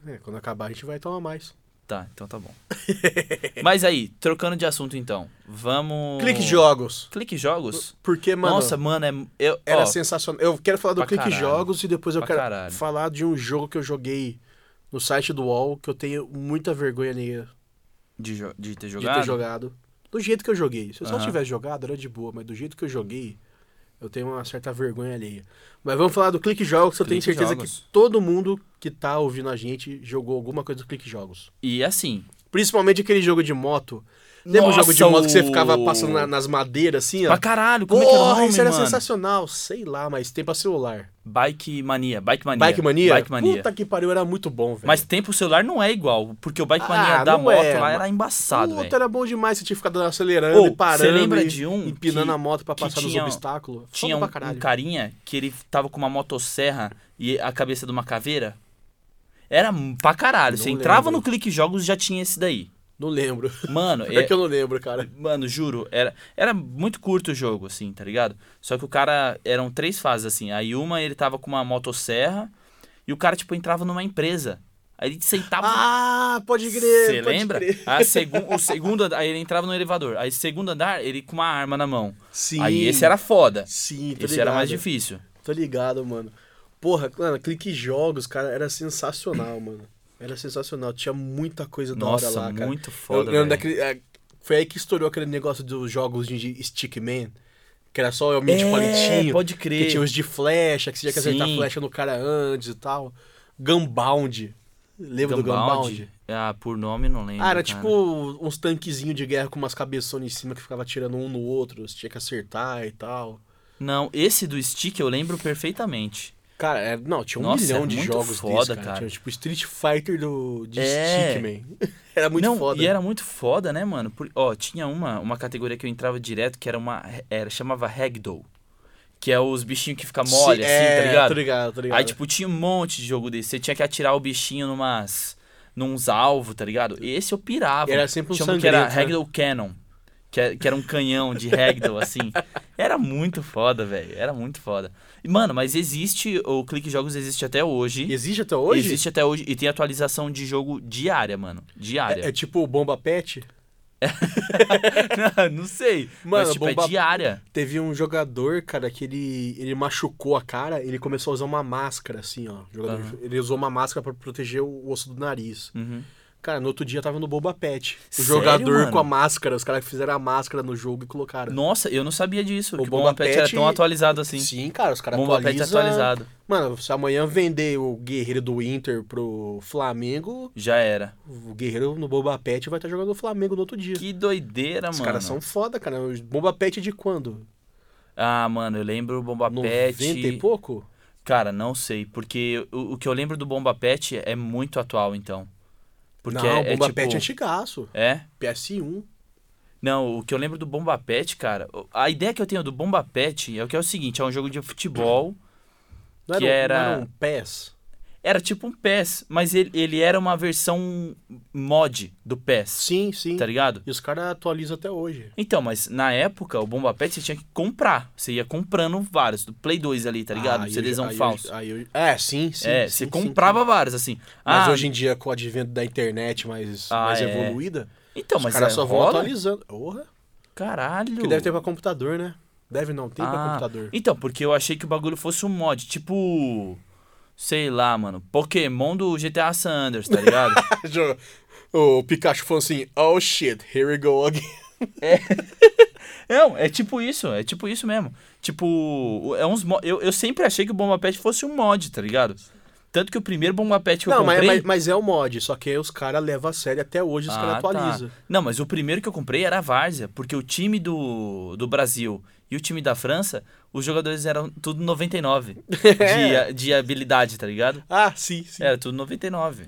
[SPEAKER 1] É, quando acabar a gente vai tomar mais.
[SPEAKER 2] Tá, então tá bom. Mas aí, trocando de assunto então. Vamos.
[SPEAKER 1] Clique Jogos.
[SPEAKER 2] Clique jogos?
[SPEAKER 1] Porque, mano,
[SPEAKER 2] Nossa, mano, é. Eu,
[SPEAKER 1] era
[SPEAKER 2] ó,
[SPEAKER 1] sensacional. Eu quero falar do
[SPEAKER 2] pra
[SPEAKER 1] Clique
[SPEAKER 2] caralho.
[SPEAKER 1] Jogos e depois eu
[SPEAKER 2] Pra
[SPEAKER 1] quero
[SPEAKER 2] caralho.
[SPEAKER 1] falar de um jogo que eu joguei no site do UOL, que eu tenho muita vergonha nega
[SPEAKER 2] de, jo- de ter
[SPEAKER 1] de
[SPEAKER 2] jogado.
[SPEAKER 1] ter jogado. Do jeito que eu joguei. Se eu só
[SPEAKER 2] Aham.
[SPEAKER 1] tivesse jogado, era de boa, mas do jeito que eu joguei, eu tenho uma certa vergonha alheia. Mas vamos falar do Clique Jogos, que eu tenho
[SPEAKER 2] Clique
[SPEAKER 1] certeza
[SPEAKER 2] Jogos.
[SPEAKER 1] que todo mundo que tá ouvindo a gente jogou alguma coisa do Clique Jogos.
[SPEAKER 2] E assim.
[SPEAKER 1] Principalmente aquele jogo de moto. Lembra o jogo de
[SPEAKER 2] Nossa,
[SPEAKER 1] moto que você
[SPEAKER 2] o-
[SPEAKER 1] ficava passando na- nas madeiras assim, ó?
[SPEAKER 2] Pra caralho, como
[SPEAKER 1] Porra,
[SPEAKER 2] é que era o nome,
[SPEAKER 1] isso era
[SPEAKER 2] mano?
[SPEAKER 1] sensacional. Sei lá, mas tem pra celular.
[SPEAKER 2] Bike Mania, Bike Mania.
[SPEAKER 1] Bike Mania?
[SPEAKER 2] Bike Mania.
[SPEAKER 1] Puta que pariu, era muito bom, velho.
[SPEAKER 2] Mas tempo celular não é igual, porque o Bike
[SPEAKER 1] Ah,
[SPEAKER 2] Mania da
[SPEAKER 1] não
[SPEAKER 2] moto
[SPEAKER 1] é,
[SPEAKER 2] lá
[SPEAKER 1] mas-
[SPEAKER 2] era embaçado,
[SPEAKER 1] Puta,
[SPEAKER 2] velho.
[SPEAKER 1] era bom demais. Você tinha ficado acelerando
[SPEAKER 2] Ô,
[SPEAKER 1] e parando.
[SPEAKER 2] você lembra
[SPEAKER 1] e
[SPEAKER 2] de um
[SPEAKER 1] Empinando
[SPEAKER 2] que-
[SPEAKER 1] a moto pra
[SPEAKER 2] que
[SPEAKER 1] passar
[SPEAKER 2] tinha-
[SPEAKER 1] nos obstáculos. Foda
[SPEAKER 2] Tinha um,
[SPEAKER 1] pra
[SPEAKER 2] um
[SPEAKER 1] caralho.
[SPEAKER 2] carinha que ele tava com uma motosserra e a cabeça de uma caveira. Era m- pra caralho.
[SPEAKER 1] Não
[SPEAKER 2] Você entrava
[SPEAKER 1] lembro.
[SPEAKER 2] no Clique Jogos já tinha esse daí.
[SPEAKER 1] Não lembro.
[SPEAKER 2] Mano,
[SPEAKER 1] É...
[SPEAKER 2] é-
[SPEAKER 1] que eu não lembro, cara.
[SPEAKER 2] Mano, juro, era, era muito curto o jogo, assim, tá ligado? Só que o cara. Eram três fases, assim. Aí uma ele tava com uma motosserra e o cara, tipo, entrava numa empresa. Aí ele sentava.
[SPEAKER 1] Ah, pode crer.
[SPEAKER 2] Você
[SPEAKER 1] pode
[SPEAKER 2] Tá lembra?
[SPEAKER 1] crer.
[SPEAKER 2] A segun, o segundo andar, aí ele entrava no elevador. Aí segundo andar, ele com uma arma na mão.
[SPEAKER 1] Sim.
[SPEAKER 2] Aí esse era foda.
[SPEAKER 1] Sim, tô
[SPEAKER 2] Esse
[SPEAKER 1] ligado.
[SPEAKER 2] era mais difícil.
[SPEAKER 1] Tô ligado, mano. Porra, mano, clique jogos, cara, era sensacional, mano. Era sensacional. Tinha muita coisa da
[SPEAKER 2] Nossa,
[SPEAKER 1] hora lá, cara.
[SPEAKER 2] muito
[SPEAKER 1] Eu
[SPEAKER 2] foda.
[SPEAKER 1] lembro
[SPEAKER 2] velho.
[SPEAKER 1] daquele. é, Foi aí que estourou aquele negócio dos jogos de Stickman. Que era só realmente de
[SPEAKER 2] É,
[SPEAKER 1] palitinho.
[SPEAKER 2] pode
[SPEAKER 1] Que
[SPEAKER 2] crer.
[SPEAKER 1] tinha os de flecha, que você tinha que acertar
[SPEAKER 2] Sim.
[SPEAKER 1] flecha no cara antes e tal. Gunbound. Lembra do Gunbound?
[SPEAKER 2] Ah, por nome não lembro.
[SPEAKER 1] Ah, era
[SPEAKER 2] cara.
[SPEAKER 1] tipo uns tanquezinhos de guerra com umas cabeçonas em cima que ficava tirando um no outro, você tinha que acertar e tal.
[SPEAKER 2] Não, esse do stick eu lembro perfeitamente.
[SPEAKER 1] Cara, é- não, tinha um
[SPEAKER 2] Nossa,
[SPEAKER 1] milhão
[SPEAKER 2] é
[SPEAKER 1] de
[SPEAKER 2] muito
[SPEAKER 1] jogos
[SPEAKER 2] foda,
[SPEAKER 1] desse, cara.
[SPEAKER 2] cara.
[SPEAKER 1] Tinha tipo Street Fighter do, de
[SPEAKER 2] É.
[SPEAKER 1] Stickman. era muito
[SPEAKER 2] não,
[SPEAKER 1] foda.
[SPEAKER 2] E era muito foda, né, mano? Por- ó, tinha uma, uma categoria que eu entrava direto que era uma. Era, chamava Ragdoll. Que é os bichinhos que fica mole,
[SPEAKER 1] Sim,
[SPEAKER 2] assim,
[SPEAKER 1] é,
[SPEAKER 2] tá ligado?
[SPEAKER 1] Tô ligado, tô ligado.
[SPEAKER 2] Aí, tipo, tinha um monte de jogo desse. Você tinha que atirar o bichinho numas. Nuns alvos, tá ligado? Esse eu pirava.
[SPEAKER 1] Era sempre um
[SPEAKER 2] Chama que era
[SPEAKER 1] sangrento, né?
[SPEAKER 2] Ragdoll Cannon. Que, é- que era um canhão de Ragdoll, assim. Era muito foda, velho. Era muito foda. E, mano, mas existe. O Clique Jogos existe até hoje.
[SPEAKER 1] Existe até hoje?
[SPEAKER 2] Existe até hoje. E tem atualização de jogo diária, mano. Diária.
[SPEAKER 1] É, é tipo Bomba Pet?
[SPEAKER 2] não, não sei.
[SPEAKER 1] Mano,
[SPEAKER 2] mas, tipo,
[SPEAKER 1] bomba-
[SPEAKER 2] é diária.
[SPEAKER 1] Teve um jogador, cara, que ele, ele machucou a cara, ele começou a usar uma máscara, assim, ó. Jogador,
[SPEAKER 2] Aham.
[SPEAKER 1] Ele usou uma máscara pra proteger o osso do nariz.
[SPEAKER 2] Uhum.
[SPEAKER 1] Cara, no outro dia tava no Boba Pet. O
[SPEAKER 2] Sério,
[SPEAKER 1] jogador
[SPEAKER 2] mano?
[SPEAKER 1] com a máscara, os caras que fizeram a máscara no jogo e colocaram.
[SPEAKER 2] Nossa, eu não sabia disso.
[SPEAKER 1] O
[SPEAKER 2] que o Bomba
[SPEAKER 1] Bomba
[SPEAKER 2] Pet era
[SPEAKER 1] Pet-
[SPEAKER 2] tão atualizado assim.
[SPEAKER 1] Sim, cara, os caras
[SPEAKER 2] Bomba Pet
[SPEAKER 1] atualiza...
[SPEAKER 2] atualizado.
[SPEAKER 1] Mano, se amanhã vender o Guerreiro do Inter pro Flamengo,
[SPEAKER 2] Já era.
[SPEAKER 1] o Guerreiro no Boba Pet vai estar jogando o Flamengo no outro dia.
[SPEAKER 2] Que doideira,
[SPEAKER 1] Os
[SPEAKER 2] mano.
[SPEAKER 1] caras são foda, cara. O Boba Pet de quando?
[SPEAKER 2] Ah, mano, eu lembro o Bomba
[SPEAKER 1] 90 e
[SPEAKER 2] Pet.
[SPEAKER 1] pouco?
[SPEAKER 2] Cara, não sei, porque o, o que eu lembro do Bomba Pet é muito atual, então. Porque
[SPEAKER 1] Não,
[SPEAKER 2] é, é
[SPEAKER 1] Bomba
[SPEAKER 2] tipo,
[SPEAKER 1] Pet é antigaço.
[SPEAKER 2] é?
[SPEAKER 1] PS1.
[SPEAKER 2] Não, o que eu lembro do Bomba Pet, cara, a ideia que eu tenho do Bomba Pet é o que é o seguinte, é um jogo de futebol,
[SPEAKER 1] Não
[SPEAKER 2] Que
[SPEAKER 1] um- não
[SPEAKER 2] era-
[SPEAKER 1] um PES?
[SPEAKER 2] era tipo um PES, mas ele, ele era uma versão mod do PES,
[SPEAKER 1] Sim, sim.
[SPEAKER 2] tá ligado?
[SPEAKER 1] E os caras atualizam até hoje.
[SPEAKER 2] Então, mas na época, o Bomba Pet você tinha que comprar, você ia comprando vários, do Play 2 ali, tá ligado?
[SPEAKER 1] Ah, aí eu-
[SPEAKER 2] CDzão
[SPEAKER 1] aí eu-
[SPEAKER 2] falso.
[SPEAKER 1] aí eu- é, sim, sim.
[SPEAKER 2] é,
[SPEAKER 1] sim,
[SPEAKER 2] você
[SPEAKER 1] sim,
[SPEAKER 2] comprava
[SPEAKER 1] sim.
[SPEAKER 2] vários, assim.
[SPEAKER 1] Mas
[SPEAKER 2] ah,
[SPEAKER 1] hoje em dia, com o advento da internet mais,
[SPEAKER 2] Ah,
[SPEAKER 1] mais
[SPEAKER 2] é.
[SPEAKER 1] evoluída,
[SPEAKER 2] Então,
[SPEAKER 1] os
[SPEAKER 2] mas
[SPEAKER 1] caras
[SPEAKER 2] é,
[SPEAKER 1] só vão
[SPEAKER 2] rola?
[SPEAKER 1] atualizando. Porra,
[SPEAKER 2] Caralho.
[SPEAKER 1] que deve ter pra computador, né? Deve não, tem pra
[SPEAKER 2] Ah,
[SPEAKER 1] computador.
[SPEAKER 2] Então, porque eu achei que o bagulho fosse um mod, tipo. Sei lá, mano. Pokémon do GTA San Andreas, tá ligado?
[SPEAKER 1] o Pikachu falou assim, oh shit, here we go again.
[SPEAKER 2] Não, é tipo isso, é tipo isso mesmo. Tipo, é uns mo- eu, eu sempre achei que o Bomba Pet fosse um mod, tá ligado? Tanto que o primeiro Bomba Pet que eu
[SPEAKER 1] Não, mas,
[SPEAKER 2] comprei.
[SPEAKER 1] mas, mas é o mod, só que aí os caras levam a sério até hoje, os caras
[SPEAKER 2] Ah, tá.
[SPEAKER 1] atualizam.
[SPEAKER 2] Não, mas o primeiro que eu comprei era a Várzea, porque o time do, do Brasil e o time da França, os jogadores eram tudo 99
[SPEAKER 1] É.
[SPEAKER 2] de, de habilidade, tá ligado?
[SPEAKER 1] Ah, sim, sim.
[SPEAKER 2] Era tudo 99.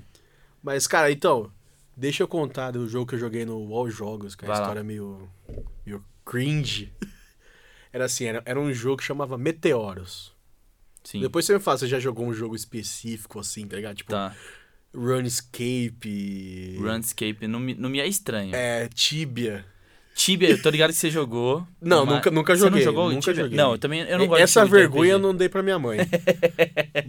[SPEAKER 1] Mas, cara, então, deixa eu contar do jogo que eu joguei no All Jogos, que é uma
[SPEAKER 2] Vai lá.
[SPEAKER 1] história meio, meio cringe. Era assim, era, era um jogo que chamava Meteoros.
[SPEAKER 2] Sim.
[SPEAKER 1] Depois você me fala, você já jogou um jogo específico, assim, tá ligado? Tipo,
[SPEAKER 2] Tá.
[SPEAKER 1] Runescape,
[SPEAKER 2] Runescape não me, não me é estranho.
[SPEAKER 1] é, Tibia.
[SPEAKER 2] Tibia, eu tô ligado que você jogou.
[SPEAKER 1] Não,
[SPEAKER 2] mas-
[SPEAKER 1] nunca, nunca
[SPEAKER 2] Você
[SPEAKER 1] joguei.
[SPEAKER 2] não jogou
[SPEAKER 1] nunca
[SPEAKER 2] Tibia?
[SPEAKER 1] joguei.
[SPEAKER 2] Não, eu também eu não gosto
[SPEAKER 1] Essa
[SPEAKER 2] de jogo de
[SPEAKER 1] vergonha eu
[SPEAKER 2] RPG.
[SPEAKER 1] não dei pra minha mãe.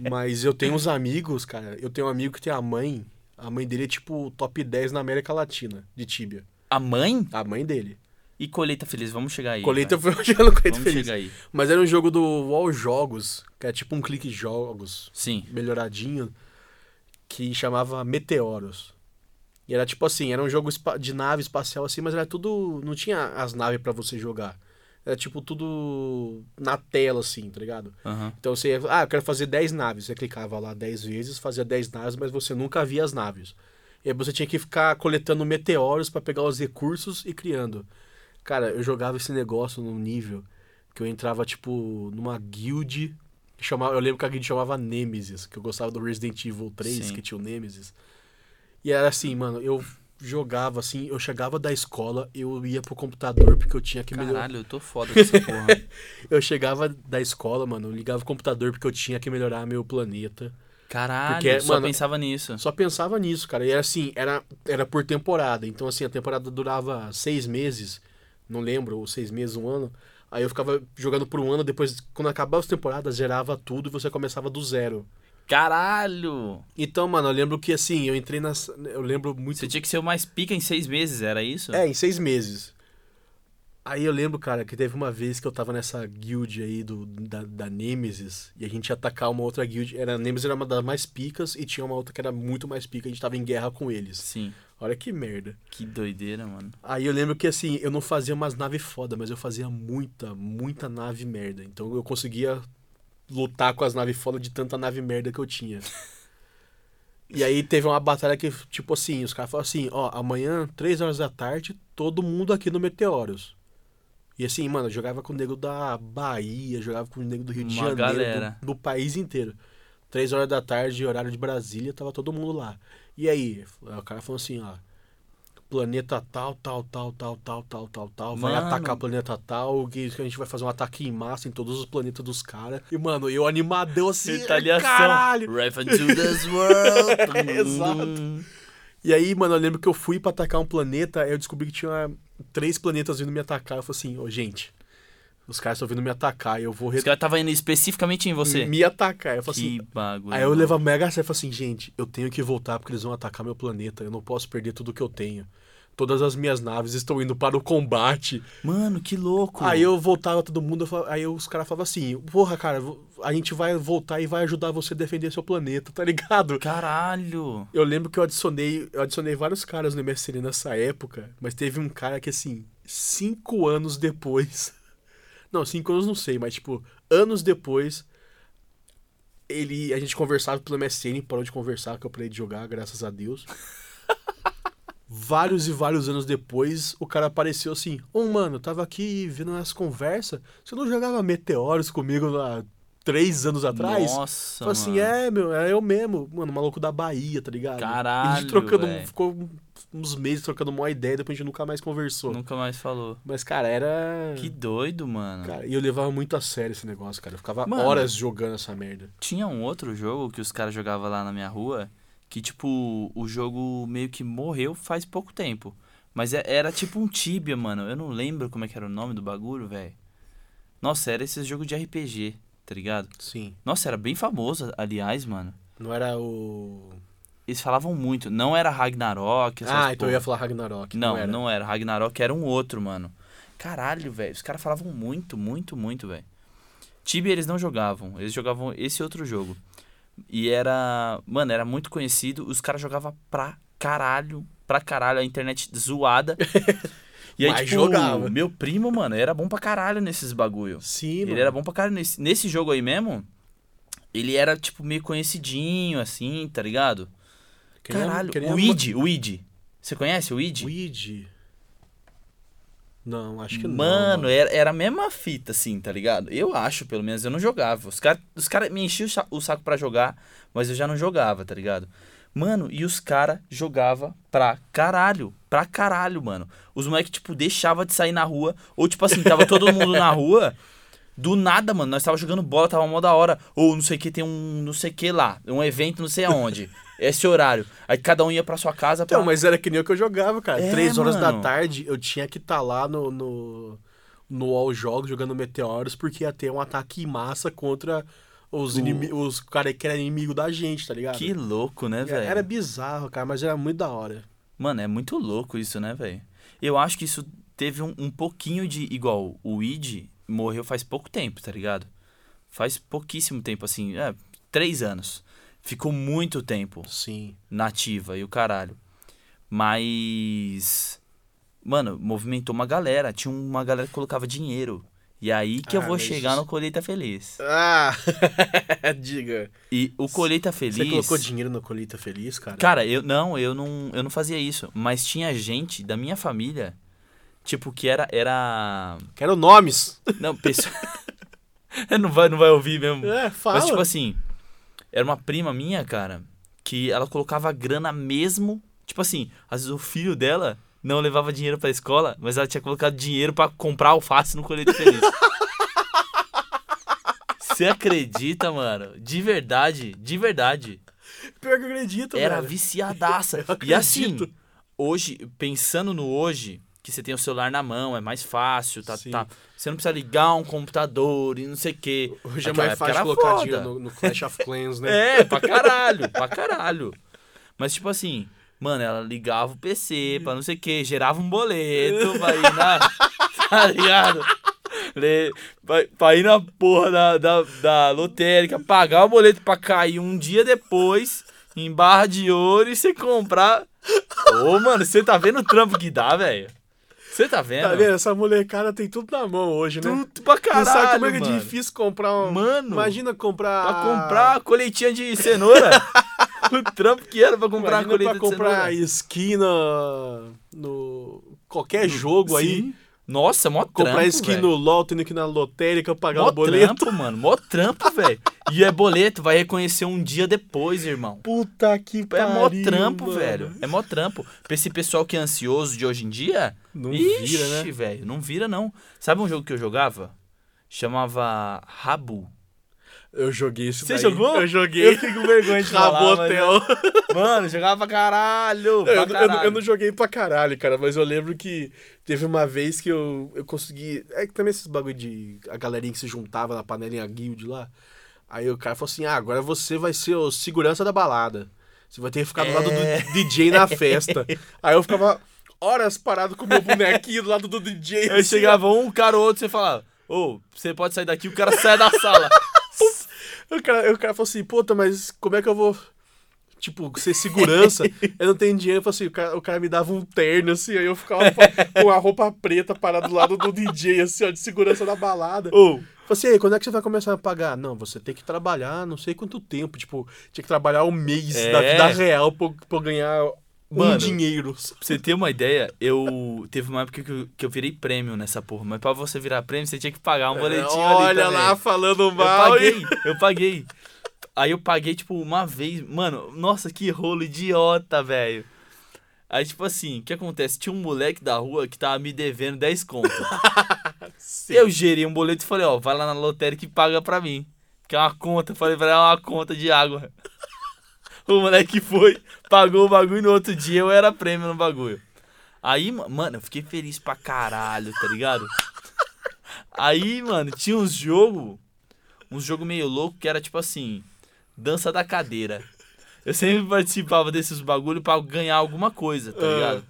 [SPEAKER 1] Mas eu tenho uns amigos, cara. Eu tenho um amigo que tem a mãe A mãe dele é tipo top 10 na América Latina de tíbia.
[SPEAKER 2] A mãe
[SPEAKER 1] A mãe dele.
[SPEAKER 2] e Colheita Feliz, vamos chegar aí.
[SPEAKER 1] Colheita
[SPEAKER 2] vai.
[SPEAKER 1] foi um jogando Colheita
[SPEAKER 2] Vamos
[SPEAKER 1] Feliz.
[SPEAKER 2] chegar aí.
[SPEAKER 1] Mas era um jogo do Wall Jogos, que é tipo um clique jogos,
[SPEAKER 2] Sim.
[SPEAKER 1] melhoradinho, que chamava Meteoros. E era tipo assim, era um jogo espa- de nave espacial assim, mas era tudo. Não tinha as naves pra você jogar. Era tipo tudo na tela, assim, tá ligado?
[SPEAKER 2] Aham.
[SPEAKER 1] Então você ia, ah, eu quero fazer 10 naves. Você clicava lá 10 vezes, fazia 10 naves, mas você nunca via as naves. E aí você tinha que ficar coletando meteoros pra pegar os recursos e criando. Cara, eu jogava esse negócio num nível que eu entrava, tipo, numa guild. que Chamava, eu lembro que a guild chamava Nemesis, que eu gostava do Resident Evil 3,
[SPEAKER 2] Sim.
[SPEAKER 1] que tinha o Nemesis. E era assim, mano, eu jogava assim, eu chegava da escola, eu ia pro computador porque eu tinha que melhorar.
[SPEAKER 2] Caralho, eu tô foda com essa porra.
[SPEAKER 1] Eu chegava da escola, mano, eu ligava o computador porque eu tinha que melhorar meu planeta.
[SPEAKER 2] Caralho,
[SPEAKER 1] Porque,
[SPEAKER 2] só
[SPEAKER 1] mano,
[SPEAKER 2] pensava nisso.
[SPEAKER 1] Só pensava nisso, cara. E era assim, era, era por temporada. Então, assim, a temporada durava seis meses, não lembro, ou seis meses, um ano. Aí eu ficava jogando por um ano, depois, quando acabava as temporadas, zerava tudo e você começava do zero.
[SPEAKER 2] Caralho!
[SPEAKER 1] Então, mano, eu lembro que assim, eu entrei nas. Eu lembro muito.
[SPEAKER 2] Você tinha que ser o mais pica em seis meses, era isso?
[SPEAKER 1] É, em seis meses. Aí eu lembro, cara, que teve uma vez que eu tava nessa guild aí do, da, da Nemesis e a gente ia atacar uma outra guild. Era, a Nemesis era uma das mais picas e tinha uma outra que era muito mais pica. A gente tava em guerra com eles.
[SPEAKER 2] Sim.
[SPEAKER 1] Olha que merda.
[SPEAKER 2] Que doideira, mano.
[SPEAKER 1] Aí eu lembro que assim, eu não fazia umas naves foda, mas eu fazia muita, muita nave merda. Então eu conseguia lutar com as naves foda de tanta nave merda que eu tinha. E aí teve uma batalha que, tipo assim, os caras falaram assim, ó, amanhã, três horas da tarde, todo mundo aqui no Meteoros. E assim, mano, eu jogava com o nego da Bahia, jogava com o nego do Rio de
[SPEAKER 2] Uma
[SPEAKER 1] Janeiro, do-
[SPEAKER 2] galera.
[SPEAKER 1] do país inteiro. Três horas da tarde, horário de Brasília, tava todo mundo lá. E aí, o cara falou assim, ó, planeta tal, tal, tal, tal, tal, tal, tal, tal, vai
[SPEAKER 2] Mano.
[SPEAKER 1] atacar o planeta tal, que a gente vai fazer um ataque em massa em todos os planetas dos caras. E, mano, eu animadão assim,
[SPEAKER 2] Retaliação.
[SPEAKER 1] caralho!
[SPEAKER 2] Revan to this world.
[SPEAKER 1] Exato. E aí, mano, eu lembro que eu fui pra atacar um planeta, aí eu descobri que tinha três planetas vindo me atacar. Eu falei assim, ô, gente, os caras estão vindo me atacar, eu vou re-
[SPEAKER 2] Os caras estavam indo especificamente em você.
[SPEAKER 1] me atacar. Eu falei assim,
[SPEAKER 2] Que bagulho.
[SPEAKER 1] Aí eu
[SPEAKER 2] mano.
[SPEAKER 1] levava mega a sério e falei assim, gente, eu tenho que voltar porque eles vão atacar meu planeta. Eu não posso perder tudo que eu tenho. Todas as minhas naves estão indo para o combate.
[SPEAKER 2] Mano, que louco.
[SPEAKER 1] Aí eu voltava todo mundo, eu falava- aí os caras falavam assim, porra, cara, vo- a gente vai voltar e vai ajudar você a defender seu planeta, tá ligado?
[SPEAKER 2] Caralho.
[SPEAKER 1] Eu lembro que eu adicionei, eu adicionei vários caras no MSN nessa época, mas teve um cara que, assim, cinco anos depois. Não, cinco anos não sei, mas tipo, anos depois, ele. A gente conversava pelo MSN, parou de conversar, que eu parei de jogar, graças a Deus. vários e vários anos depois, o cara apareceu assim, ô mano, tava aqui vendo as conversas. Você não jogava meteoros comigo há três anos atrás?
[SPEAKER 2] Nossa,
[SPEAKER 1] Falei assim,
[SPEAKER 2] mano.
[SPEAKER 1] é, meu, é eu mesmo. Mano, maluco da Bahia, tá ligado?
[SPEAKER 2] Caralho,
[SPEAKER 1] A gente trocando,
[SPEAKER 2] véi.
[SPEAKER 1] ficou uns meses trocando uma ideia, depois a gente nunca mais conversou.
[SPEAKER 2] Nunca mais falou.
[SPEAKER 1] Mas, cara, era.
[SPEAKER 2] Que doido, mano.
[SPEAKER 1] Cara, e eu levava muito a sério esse negócio, cara. Eu ficava
[SPEAKER 2] Mano.
[SPEAKER 1] horas jogando essa merda.
[SPEAKER 2] Tinha um outro jogo que os caras jogavam lá na minha rua, que tipo, o jogo meio que morreu faz pouco tempo. Mas é- era tipo um Tibia, mano. Eu não lembro como é que era o nome do bagulho, velho. Nossa, era esse jogo de RPG, tá ligado?
[SPEAKER 1] Sim.
[SPEAKER 2] Nossa, era bem famoso, aliás, mano.
[SPEAKER 1] Não era o.
[SPEAKER 2] Eles falavam muito. Não era Ragnarok, essas
[SPEAKER 1] ah, então eu
[SPEAKER 2] porra.
[SPEAKER 1] ia falar Ragnarok.
[SPEAKER 2] Não,
[SPEAKER 1] era.
[SPEAKER 2] não era. Ragnarok era um outro, mano. Caralho, velho. Os caras falavam muito, muito, muito, velho. Tibia eles não jogavam. Eles jogavam esse outro jogo. E era. Mano, era muito conhecido. Os caras jogavam pra caralho. Pra caralho. A internet zoada. E aí,
[SPEAKER 1] Mas
[SPEAKER 2] tipo,
[SPEAKER 1] jogava.
[SPEAKER 2] meu primo, mano, era bom pra caralho nesses bagulho.
[SPEAKER 1] Sim,
[SPEAKER 2] Ele
[SPEAKER 1] mano.
[SPEAKER 2] era bom pra caralho. Nesse, nesse jogo aí mesmo, ele era, tipo, meio conhecidinho, assim, tá ligado?
[SPEAKER 1] Que nem a-
[SPEAKER 2] caralho.
[SPEAKER 1] que nem a
[SPEAKER 2] o
[SPEAKER 1] mo-
[SPEAKER 2] Id, o Id. Você conhece o Id?
[SPEAKER 1] Weed. Não, acho que não.
[SPEAKER 2] Mano, Era, era a mesma fita, assim, tá ligado? Eu acho, pelo menos, eu não jogava. Os caras os cara me enchiam o sa- o saco pra jogar, mas eu já não jogava, tá ligado? Mano, e os caras jogavam pra caralho, pra caralho, mano. Os moleques, tipo, deixava de sair na rua, ou tipo assim, tava todo mundo na rua, do nada, mano, nós tava jogando bola, tava mó da hora. Ou não sei o que, tem um não sei o que lá, um evento não sei aonde, esse horário. Aí cada um ia pra sua casa pra...
[SPEAKER 1] Então, mas era que nem o que eu jogava, cara.
[SPEAKER 2] É,
[SPEAKER 1] Três horas da
[SPEAKER 2] mano.
[SPEAKER 1] tarde eu tinha que estar lá no, no, no All Jogos jogando Meteoros porque ia ter um ataque em massa contra Os,
[SPEAKER 2] O-
[SPEAKER 1] inimi- os caras que eram inimigo da gente, tá ligado?
[SPEAKER 2] Que louco, né, velho?
[SPEAKER 1] Era bizarro, cara, mas era muito da hora.
[SPEAKER 2] Mano, é muito louco isso, né, velho? Eu acho que isso teve um, um pouquinho de. Igual, o Id morreu faz pouco tempo, tá ligado? Faz pouquíssimo tempo, assim, é, três anos. Ficou muito tempo
[SPEAKER 1] Sim.
[SPEAKER 2] nativa e o caralho. Mas. Mano, movimentou uma galera. Tinha uma galera que colocava dinheiro. E aí que eu
[SPEAKER 1] Ah,
[SPEAKER 2] vou
[SPEAKER 1] mas
[SPEAKER 2] chegar
[SPEAKER 1] isso-
[SPEAKER 2] no Colheita Feliz.
[SPEAKER 1] Ah! Diga.
[SPEAKER 2] E o Colheita Feliz.
[SPEAKER 1] Você colocou dinheiro no Colheita Feliz, cara?
[SPEAKER 2] Cara, eu não, eu não, eu não fazia isso, mas tinha gente da minha família, tipo que era era
[SPEAKER 1] Quero nomes.
[SPEAKER 2] não, pessoa não vai não vai ouvir mesmo.
[SPEAKER 1] É, fala.
[SPEAKER 2] Mas tipo assim, era uma prima minha, cara, que ela colocava grana mesmo, tipo assim, às vezes o filho dela não levava dinheiro pra escola, mas ela tinha colocado dinheiro pra comprar alface no colete feliz. Você acredita, mano? De verdade, de verdade.
[SPEAKER 1] Pior que eu acredito,
[SPEAKER 2] Era
[SPEAKER 1] velho.
[SPEAKER 2] viciadaça.
[SPEAKER 1] Eu
[SPEAKER 2] E assim,
[SPEAKER 1] acredito.
[SPEAKER 2] hoje, pensando no hoje, que você tem o celular na mão, é mais fácil, tá,
[SPEAKER 1] Sim.
[SPEAKER 2] tá. Você não precisa ligar um computador e não sei o quê.
[SPEAKER 1] Hoje é
[SPEAKER 2] Naquela
[SPEAKER 1] mais
[SPEAKER 2] época
[SPEAKER 1] fácil
[SPEAKER 2] era
[SPEAKER 1] colocar
[SPEAKER 2] foda.
[SPEAKER 1] dinheiro no, no Clash of Clans, né?
[SPEAKER 2] É, pra caralho, pra caralho. Mas tipo assim, mano, ela ligava o PC pra não sei o quê, gerava um boleto pra ir na. Tá ligado? Le- Pra, pra ir na porra da, da, da lotérica, pagar o boleto pra cair um dia depois em barra de ouro e você comprar. Ô, mano, você tá vendo o trampo que dá, velho? Você tá vendo?
[SPEAKER 1] Tá vendo? Essa molecada tem tudo na mão hoje, né?
[SPEAKER 2] Tudo pra
[SPEAKER 1] Não
[SPEAKER 2] caralho,
[SPEAKER 1] sabe como é que é
[SPEAKER 2] mano.
[SPEAKER 1] difícil comprar um...
[SPEAKER 2] Mano,
[SPEAKER 1] Imagina comprar...
[SPEAKER 2] Pra comprar coletinha de cenoura. o trampo que era pra comprar
[SPEAKER 1] Imagina
[SPEAKER 2] coleta
[SPEAKER 1] pra comprar
[SPEAKER 2] de cenoura.
[SPEAKER 1] skin na- no... Qualquer jogo aí.
[SPEAKER 2] Sim. Nossa, mó
[SPEAKER 1] Comprar
[SPEAKER 2] trampo,
[SPEAKER 1] skin
[SPEAKER 2] velho.
[SPEAKER 1] no LoL, tendo que ir na lotérica, pagar
[SPEAKER 2] Mó
[SPEAKER 1] o boleto.
[SPEAKER 2] trampo, mano. Mó trampo, velho. E é boleto, vai reconhecer um dia depois, irmão.
[SPEAKER 1] Puta que
[SPEAKER 2] É
[SPEAKER 1] pariu,
[SPEAKER 2] mó trampo,
[SPEAKER 1] mano.
[SPEAKER 2] velho. É mó trampo. Pra esse pessoal que é ansioso de hoje em dia.
[SPEAKER 1] Não
[SPEAKER 2] Ixi,
[SPEAKER 1] vira, né?
[SPEAKER 2] velho. Não vira, não. Sabe um jogo que eu jogava? Chamava Rabu.
[SPEAKER 1] Eu joguei isso
[SPEAKER 2] Você
[SPEAKER 1] daí.
[SPEAKER 2] jogou?
[SPEAKER 1] Eu joguei.
[SPEAKER 2] fico com vergonha
[SPEAKER 1] Rabotel.
[SPEAKER 2] é. Mano, jogava pra caralho.
[SPEAKER 1] Eu,
[SPEAKER 2] pra
[SPEAKER 1] eu- eu- eu
[SPEAKER 2] caralho.
[SPEAKER 1] não joguei pra caralho, cara, mas eu lembro que teve uma vez que eu, eu consegui. É que também esses bagulho de. A galerinha que se juntava na panelinha guild lá. Aí o cara falou assim: ah, agora você vai ser o segurança da balada. Você vai ter que ficar do lado
[SPEAKER 2] É.
[SPEAKER 1] do DJ na festa. Aí eu ficava horas parado com o meu bonequinho do lado do DJ.
[SPEAKER 2] Aí
[SPEAKER 1] assim,
[SPEAKER 2] chegava um, cara ou outro, você falava, ô, você pode sair daqui, o cara sai da sala.
[SPEAKER 1] ó. O cara, o cara falou assim: puta, mas como é que eu vou. Tipo, ser segurança, eu não tenho dinheiro. Eu falei assim, o cara, o cara me dava um terno, assim, aí eu ficava pa- com a roupa preta parada do lado do DJ, assim, ó, de segurança da balada. Eu
[SPEAKER 2] Ou,
[SPEAKER 1] falei assim, "Ei, quando é que você vai começar a pagar? Não, você tem que trabalhar não sei quanto tempo, tipo, tinha que trabalhar um mês
[SPEAKER 2] É.
[SPEAKER 1] da vida real pra, eu- pra eu ganhar um
[SPEAKER 2] Mano.
[SPEAKER 1] dinheiro.
[SPEAKER 2] pra você ter uma ideia, eu. Teve uma época que eu, que eu virei prêmio nessa porra, mas pra você virar prêmio, você tinha que pagar um boletim ali.
[SPEAKER 1] É, Olha
[SPEAKER 2] também.
[SPEAKER 1] lá, falando
[SPEAKER 2] eu
[SPEAKER 1] mal. hein?
[SPEAKER 2] paguei, eu paguei. Aí eu paguei, tipo, uma vez. Mano, nossa, que rolo idiota, velho. Aí, tipo assim, o que acontece? Tinha um moleque da rua que tava me devendo 10 conto. Eu gerei um boleto e falei, ó, vai lá na lotérica e paga pra mim. Que é uma conta. Falei pra ela, é uma conta de água. O moleque foi, pagou o bagulho e no outro dia eu era prêmio no bagulho. Aí, ma- mano, eu fiquei feliz pra caralho, tá ligado? Aí, mano, tinha uns jogo, uns jogo meio louco que era tipo assim, dança da cadeira. Eu sempre participava desses bagulho pra ganhar alguma coisa, tá
[SPEAKER 1] Ah.
[SPEAKER 2] ligado?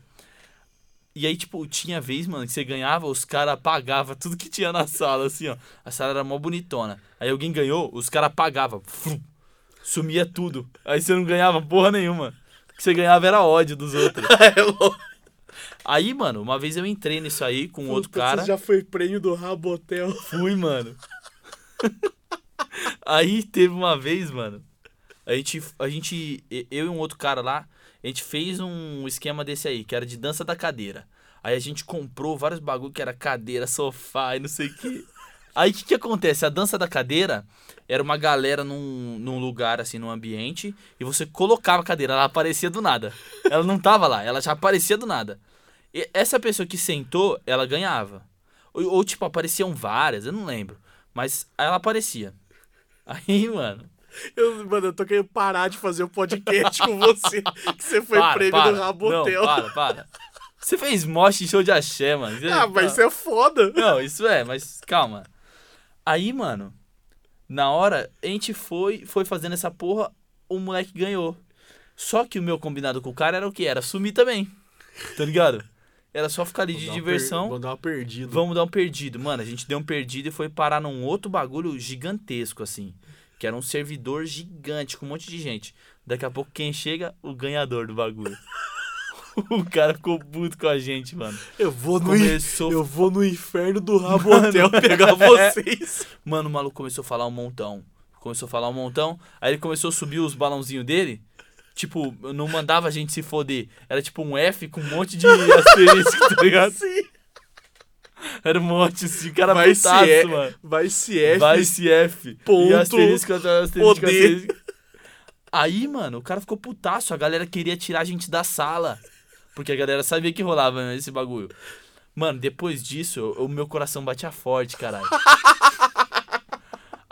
[SPEAKER 2] E aí, tipo, tinha vez, mano, que você ganhava, os caras apagavam tudo que tinha na sala, assim, ó. A sala era mó bonitona. Aí alguém ganhou, os caras apagavam. Fum, sumia tudo. Aí você não ganhava porra nenhuma. O que você ganhava era ódio dos outros.
[SPEAKER 1] É louco.
[SPEAKER 2] Aí, mano, uma vez eu entrei nisso aí com um outro
[SPEAKER 1] Puta,
[SPEAKER 2] cara.
[SPEAKER 1] Você já foi prêmio do Rabotel.
[SPEAKER 2] Fui, mano. Aí teve uma vez, mano. A gente, a gente, e- eu e um outro cara lá, a gente fez um esquema desse aí, que era de dança da cadeira. Aí a gente comprou vários bagulho que era cadeira, sofá e não sei o que. Aí o que, que acontece? A dança da cadeira era uma galera num, num lugar, assim, num ambiente, e você colocava a cadeira, ela aparecia do nada. Ela não tava lá, ela já aparecia do nada. E essa pessoa que sentou, ela ganhava. Ou, ou, tipo, apareciam várias, eu não lembro. Mas ela aparecia. Aí, mano.
[SPEAKER 1] Eu, mano, eu tô querendo parar de fazer o podcast com você, que você foi
[SPEAKER 2] para,
[SPEAKER 1] prêmio
[SPEAKER 2] para.
[SPEAKER 1] do Rabotel.
[SPEAKER 2] Não, para, para. Você fez mosh em show de axé, mano. tá-
[SPEAKER 1] Ah, mas isso é foda.
[SPEAKER 2] Não, isso é, mas calma. Aí, mano, Na hora, a gente foi, foi fazendo essa porra, o moleque ganhou. Só que o meu combinado com o cara era o quê? Era sumir também. Tá ligado? Era só ficar ali
[SPEAKER 1] Vou
[SPEAKER 2] de
[SPEAKER 1] dar uma
[SPEAKER 2] diversão.
[SPEAKER 1] Per... Vou dar uma perdida.
[SPEAKER 2] Vamos dar um perdido. Mano, a gente deu um perdido e foi parar num outro bagulho gigantesco, assim. Que era um servidor gigante com um monte de gente. Daqui a pouco quem chega? O ganhador do bagulho. o cara ficou puto com a gente, mano.
[SPEAKER 1] Eu vou no, in-
[SPEAKER 2] Começou.
[SPEAKER 1] eu vou no inferno do rabo hotel
[SPEAKER 2] é.
[SPEAKER 1] pegar vocês.
[SPEAKER 2] Mano, o maluco começou a falar um montão. Começou a falar um montão. Aí ele começou a subir os balãozinhos dele. Tipo, não mandava a gente se foder. Era tipo um F com um monte de asterisco, tá ligado?
[SPEAKER 1] Sim.
[SPEAKER 2] Era um monte, assim, o cara
[SPEAKER 1] Vai se,
[SPEAKER 2] putaço,
[SPEAKER 1] é,
[SPEAKER 2] mano.
[SPEAKER 1] vai se é, F.
[SPEAKER 2] Vai se F.
[SPEAKER 1] ponto,
[SPEAKER 2] E asterisco, asterisco, asterisco,
[SPEAKER 1] o D.
[SPEAKER 2] asterisco. Aí, mano, o cara ficou putaço. A galera queria tirar a gente da sala. Porque a galera sabia que rolava né, esse bagulho. Mano, depois disso, o meu coração batia forte, caralho.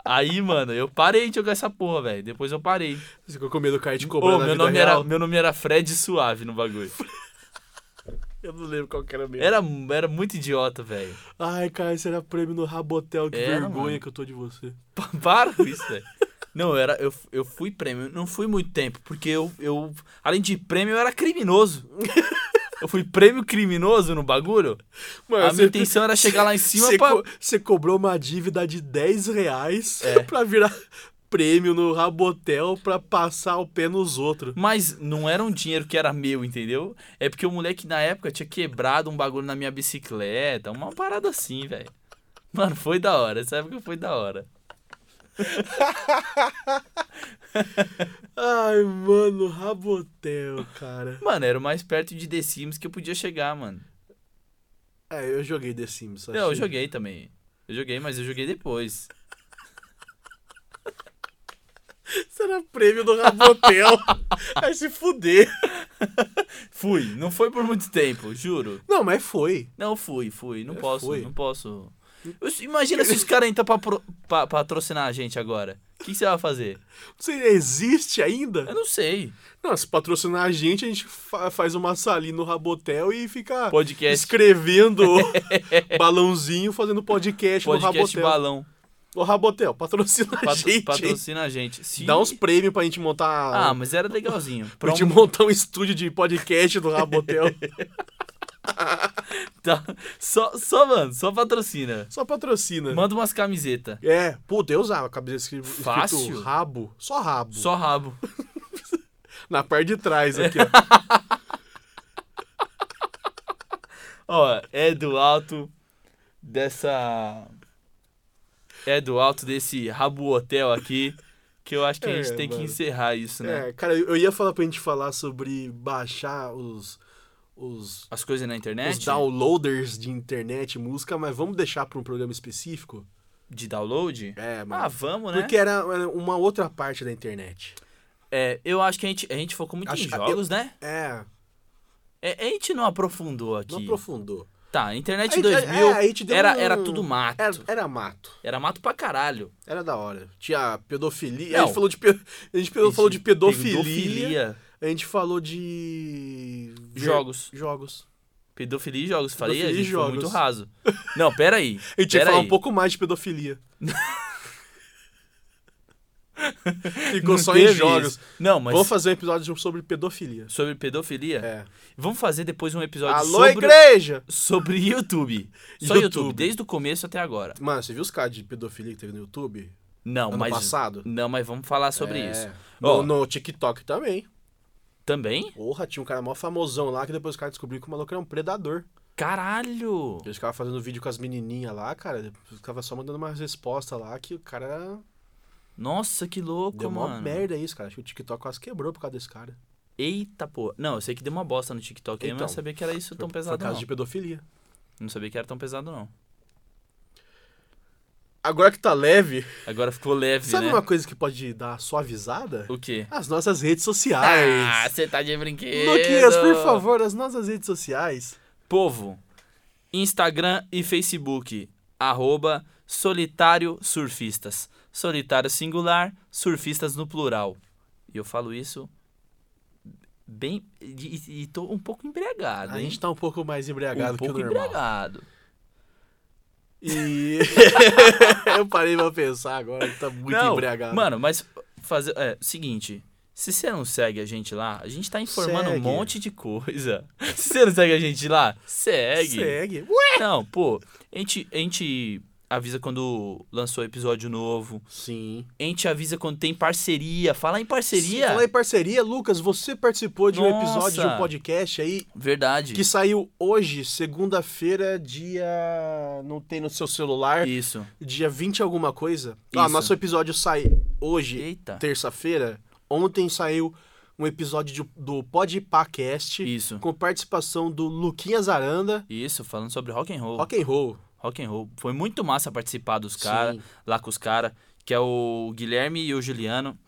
[SPEAKER 2] Aí, mano, eu parei de jogar essa porra, velho. Depois eu parei.
[SPEAKER 1] Você ficou com medo do cara te
[SPEAKER 2] Ô,
[SPEAKER 1] cobrar na
[SPEAKER 2] meu,
[SPEAKER 1] vida
[SPEAKER 2] nome
[SPEAKER 1] real?
[SPEAKER 2] era, meu nome era Fred Suave no bagulho.
[SPEAKER 1] Eu não lembro qual que era mesmo.
[SPEAKER 2] Era, era muito idiota, velho.
[SPEAKER 1] Ai, cara, isso era prêmio no Rabotel. Que
[SPEAKER 2] Era,
[SPEAKER 1] vergonha
[SPEAKER 2] É, mano.
[SPEAKER 1] que eu tô de você.
[SPEAKER 2] Pa- Para com isso, velho. Não, eu, era, eu, eu fui prêmio, não fui muito tempo, porque eu, eu, além de prêmio, eu era criminoso. Eu fui prêmio criminoso no bagulho.
[SPEAKER 1] Mano,
[SPEAKER 2] a minha intenção era chegar lá em cima
[SPEAKER 1] você,
[SPEAKER 2] pra...
[SPEAKER 1] co- você cobrou uma dívida de 10 reais
[SPEAKER 2] É.
[SPEAKER 1] pra virar prêmio no Rabotel pra passar o pé nos outros.
[SPEAKER 2] Mas não era um dinheiro que era meu, entendeu? É porque o moleque na época tinha quebrado um bagulho na minha bicicleta, uma parada assim, velho. Mano, foi da hora, essa época foi da hora.
[SPEAKER 1] Ai, mano, Rabotel, cara.
[SPEAKER 2] Mano, era o mais perto de The Sims que eu podia chegar, mano.
[SPEAKER 1] É, eu joguei The Sims.
[SPEAKER 2] Não, eu
[SPEAKER 1] achei.
[SPEAKER 2] joguei também. Eu joguei, mas eu joguei depois.
[SPEAKER 1] Isso era prêmio do Rabotel. Vai se fuder.
[SPEAKER 2] Fui, não foi por muito tempo, juro.
[SPEAKER 1] Não, mas foi.
[SPEAKER 2] Não, fui, fui. Não
[SPEAKER 1] É,
[SPEAKER 2] posso,
[SPEAKER 1] foi.
[SPEAKER 2] não posso. Eu- Imagina se os caras entram pra, pro- pra- patrocinar a gente agora. O que, que você vai fazer?
[SPEAKER 1] Você existe
[SPEAKER 2] Eu
[SPEAKER 1] ainda?
[SPEAKER 2] não sei.
[SPEAKER 1] Não, se patrocinar a gente, a gente fa- faz uma salinha no Rabotel e fica
[SPEAKER 2] Podcast,
[SPEAKER 1] escrevendo balãozinho, fazendo podcast, no
[SPEAKER 2] podcast
[SPEAKER 1] Rabotel.
[SPEAKER 2] balão.
[SPEAKER 1] Ô, Rabotel, patrocina a
[SPEAKER 2] Pat-
[SPEAKER 1] gente. hein?
[SPEAKER 2] Patrocina a gente. Se-
[SPEAKER 1] Dá um uns prêmios pra gente montar.
[SPEAKER 2] Ah, mas era legalzinho.
[SPEAKER 1] pra
[SPEAKER 2] Pra
[SPEAKER 1] gente montar um estúdio de podcast no Rabotel.
[SPEAKER 2] aumentar. Só, só, mano, só patrocina.
[SPEAKER 1] Só patrocina.
[SPEAKER 2] Manda umas camisetas.
[SPEAKER 1] É, pô, Deus, a cabeça escrito,
[SPEAKER 2] Fácil.
[SPEAKER 1] escrito rabo. Só rabo.
[SPEAKER 2] Só rabo.
[SPEAKER 1] Na parte de trás aqui, ó.
[SPEAKER 2] Ó, é do alto dessa. É do alto desse rabo hotel aqui. Que eu acho que a gente
[SPEAKER 1] É,
[SPEAKER 2] tem que
[SPEAKER 1] mano.
[SPEAKER 2] encerrar isso, né?
[SPEAKER 1] É, cara, eu ia falar pra gente falar sobre baixar os. Os,
[SPEAKER 2] as coisas na internet?
[SPEAKER 1] os downloaders de internet, música, mas vamos deixar pra um programa específico?
[SPEAKER 2] De download?
[SPEAKER 1] É, mano.
[SPEAKER 2] Ah, vamos, né?
[SPEAKER 1] Porque era era uma outra parte da internet.
[SPEAKER 2] É, eu acho que a gente, a gente focou muito
[SPEAKER 1] Acho-
[SPEAKER 2] em jogos, né?
[SPEAKER 1] É,
[SPEAKER 2] É, a gente não aprofundou aqui.
[SPEAKER 1] não aprofundou.
[SPEAKER 2] Tá, a internet
[SPEAKER 1] A gente-
[SPEAKER 2] 2000
[SPEAKER 1] é, a gente deu
[SPEAKER 2] era,
[SPEAKER 1] um-
[SPEAKER 2] era tudo mato.
[SPEAKER 1] Era,
[SPEAKER 2] Era...
[SPEAKER 1] era mato.
[SPEAKER 2] mato pra caralho.
[SPEAKER 1] Era da hora. Tinha pedofilia.
[SPEAKER 2] Não.
[SPEAKER 1] A gente falou de, pe- a gente pe- falou de pedofilia,
[SPEAKER 2] Pedofilia,
[SPEAKER 1] A gente falou de.
[SPEAKER 2] jogos.
[SPEAKER 1] Jogos.
[SPEAKER 2] Pedofilia e jogos. Falei,
[SPEAKER 1] Pedofilia
[SPEAKER 2] a
[SPEAKER 1] e
[SPEAKER 2] gente
[SPEAKER 1] jogos.
[SPEAKER 2] foi muito raso. Não, pera aí.
[SPEAKER 1] A gente tinha que
[SPEAKER 2] pera
[SPEAKER 1] falar
[SPEAKER 2] aí.
[SPEAKER 1] um pouco mais de pedofilia. Ficou
[SPEAKER 2] Não
[SPEAKER 1] só em
[SPEAKER 2] teve
[SPEAKER 1] jogos.
[SPEAKER 2] isso. Não, mas
[SPEAKER 1] Vamos fazer um episódio sobre pedofilia.
[SPEAKER 2] sobre pedofilia,
[SPEAKER 1] É.
[SPEAKER 2] vamos fazer depois um episódio
[SPEAKER 1] Alô,
[SPEAKER 2] sobre...
[SPEAKER 1] igreja!
[SPEAKER 2] Sobre YouTube. Só
[SPEAKER 1] YouTube.
[SPEAKER 2] YouTube. desde o começo até agora.
[SPEAKER 1] Mano, você viu os caras de pedofilia que teve no YouTube?
[SPEAKER 2] Não,
[SPEAKER 1] ano
[SPEAKER 2] mas.
[SPEAKER 1] passado?
[SPEAKER 2] Não, mas vamos falar sobre
[SPEAKER 1] É.
[SPEAKER 2] isso.
[SPEAKER 1] No,
[SPEAKER 2] Ó.
[SPEAKER 1] no TikTok também.
[SPEAKER 2] Também?
[SPEAKER 1] Porra, tinha um cara mó famosão lá que depois os caras descobriram que o maluco era um predador.
[SPEAKER 2] Caralho!
[SPEAKER 1] Eles ficavam fazendo vídeo com as menininhas lá, cara. Ficava só mandando uma resposta lá que o cara
[SPEAKER 2] Nossa, que louco,
[SPEAKER 1] deu uma
[SPEAKER 2] mano.
[SPEAKER 1] merda isso, cara. Acho que o TikTok quase quebrou por causa desse cara.
[SPEAKER 2] Eita, pô. Não, eu sei que deu uma bosta no TikTok, aí, mas eu
[SPEAKER 1] Então,
[SPEAKER 2] não sabia que era isso tão
[SPEAKER 1] Por-
[SPEAKER 2] pesado,
[SPEAKER 1] Por causa
[SPEAKER 2] não.
[SPEAKER 1] de pedofilia.
[SPEAKER 2] Não sabia que era tão pesado, não.
[SPEAKER 1] Agora que tá leve,
[SPEAKER 2] Agora ficou leve,
[SPEAKER 1] sabe
[SPEAKER 2] né?
[SPEAKER 1] uma coisa que pode dar suavizada?
[SPEAKER 2] O quê?
[SPEAKER 1] As nossas redes
[SPEAKER 2] Ah,
[SPEAKER 1] sociais.
[SPEAKER 2] você tá de brinquedo.
[SPEAKER 1] Luquinhas, por favor, as nossas redes sociais.
[SPEAKER 2] Povo, Instagram e Facebook, arroba solitário surfistas. Solitário singular, surfistas no plural. E eu falo isso bem... E, e- e tô um pouco embriagado,
[SPEAKER 1] A
[SPEAKER 2] hein?
[SPEAKER 1] gente tá um pouco mais Ah, embriagado
[SPEAKER 2] um
[SPEAKER 1] que o
[SPEAKER 2] pouco
[SPEAKER 1] normal.
[SPEAKER 2] embriagado.
[SPEAKER 1] E eu parei pra pensar agora, que tá muito
[SPEAKER 2] Não,
[SPEAKER 1] embriagado.
[SPEAKER 2] Mano, mas fazer. É, seguinte. Se você não segue a gente lá, a gente tá informando
[SPEAKER 1] Segue.
[SPEAKER 2] um monte de coisa. Se você não segue a gente lá, segue.
[SPEAKER 1] Segue.
[SPEAKER 2] Não, pô, a gente, a gente avisa quando lançou episódio novo.
[SPEAKER 1] Sim.
[SPEAKER 2] A gente avisa quando tem parceria. Falar em
[SPEAKER 1] Se
[SPEAKER 2] parceria.
[SPEAKER 1] falar em parceria, Lucas, você participou de um
[SPEAKER 2] Nossa.
[SPEAKER 1] episódio de um podcast aí
[SPEAKER 2] Verdade.
[SPEAKER 1] que saiu hoje, segunda-feira, dia. Não tem no seu celular.
[SPEAKER 2] Isso.
[SPEAKER 1] Dia 20 alguma coisa. Ah,
[SPEAKER 2] Isso.
[SPEAKER 1] nosso episódio sai hoje,
[SPEAKER 2] Eita.
[SPEAKER 1] terça-feira. Ontem saiu um episódio de- do Podpacast
[SPEAKER 2] Isso.
[SPEAKER 1] com participação do Luquinhas Aranda,
[SPEAKER 2] Isso, falando sobre rock and roll.
[SPEAKER 1] rock and roll.
[SPEAKER 2] Rock and roll. Foi muito massa participar dos caras,
[SPEAKER 1] Sim.
[SPEAKER 2] lá com os caras, que é o Guilherme e o Juliano.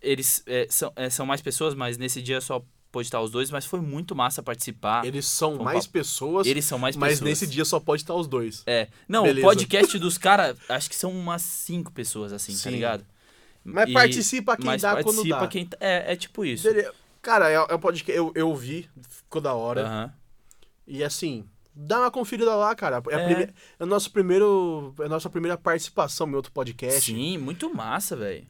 [SPEAKER 2] Eles é, são, é, são mais pessoas, mas nesse dia só pôde estar os dois, mas foi muito massa participar.
[SPEAKER 1] Eles são
[SPEAKER 2] Vamos
[SPEAKER 1] mais pessoas,
[SPEAKER 2] Eles são mais
[SPEAKER 1] assim, mas
[SPEAKER 2] pessoas.
[SPEAKER 1] nesse dia só pode estar os dois.
[SPEAKER 2] É. Não,
[SPEAKER 1] Beleza.
[SPEAKER 2] o podcast dos caras, acho que são umas cinco pessoas, assim,
[SPEAKER 1] Sim.
[SPEAKER 2] tá ligado?
[SPEAKER 1] Mas
[SPEAKER 2] E-
[SPEAKER 1] participa quem
[SPEAKER 2] mas
[SPEAKER 1] dá quando
[SPEAKER 2] participa
[SPEAKER 1] dá.
[SPEAKER 2] quem tá- É, é tipo isso.
[SPEAKER 1] Dele- Cara, é, é um podcast. Eu, eu vi, ficou da hora.
[SPEAKER 2] Aham.
[SPEAKER 1] E assim, dá uma conferida lá, cara. É, a
[SPEAKER 2] É.
[SPEAKER 1] prime- é o nosso primeiro. É a nossa primeira participação em outro podcast.
[SPEAKER 2] Sim, muito massa, velho.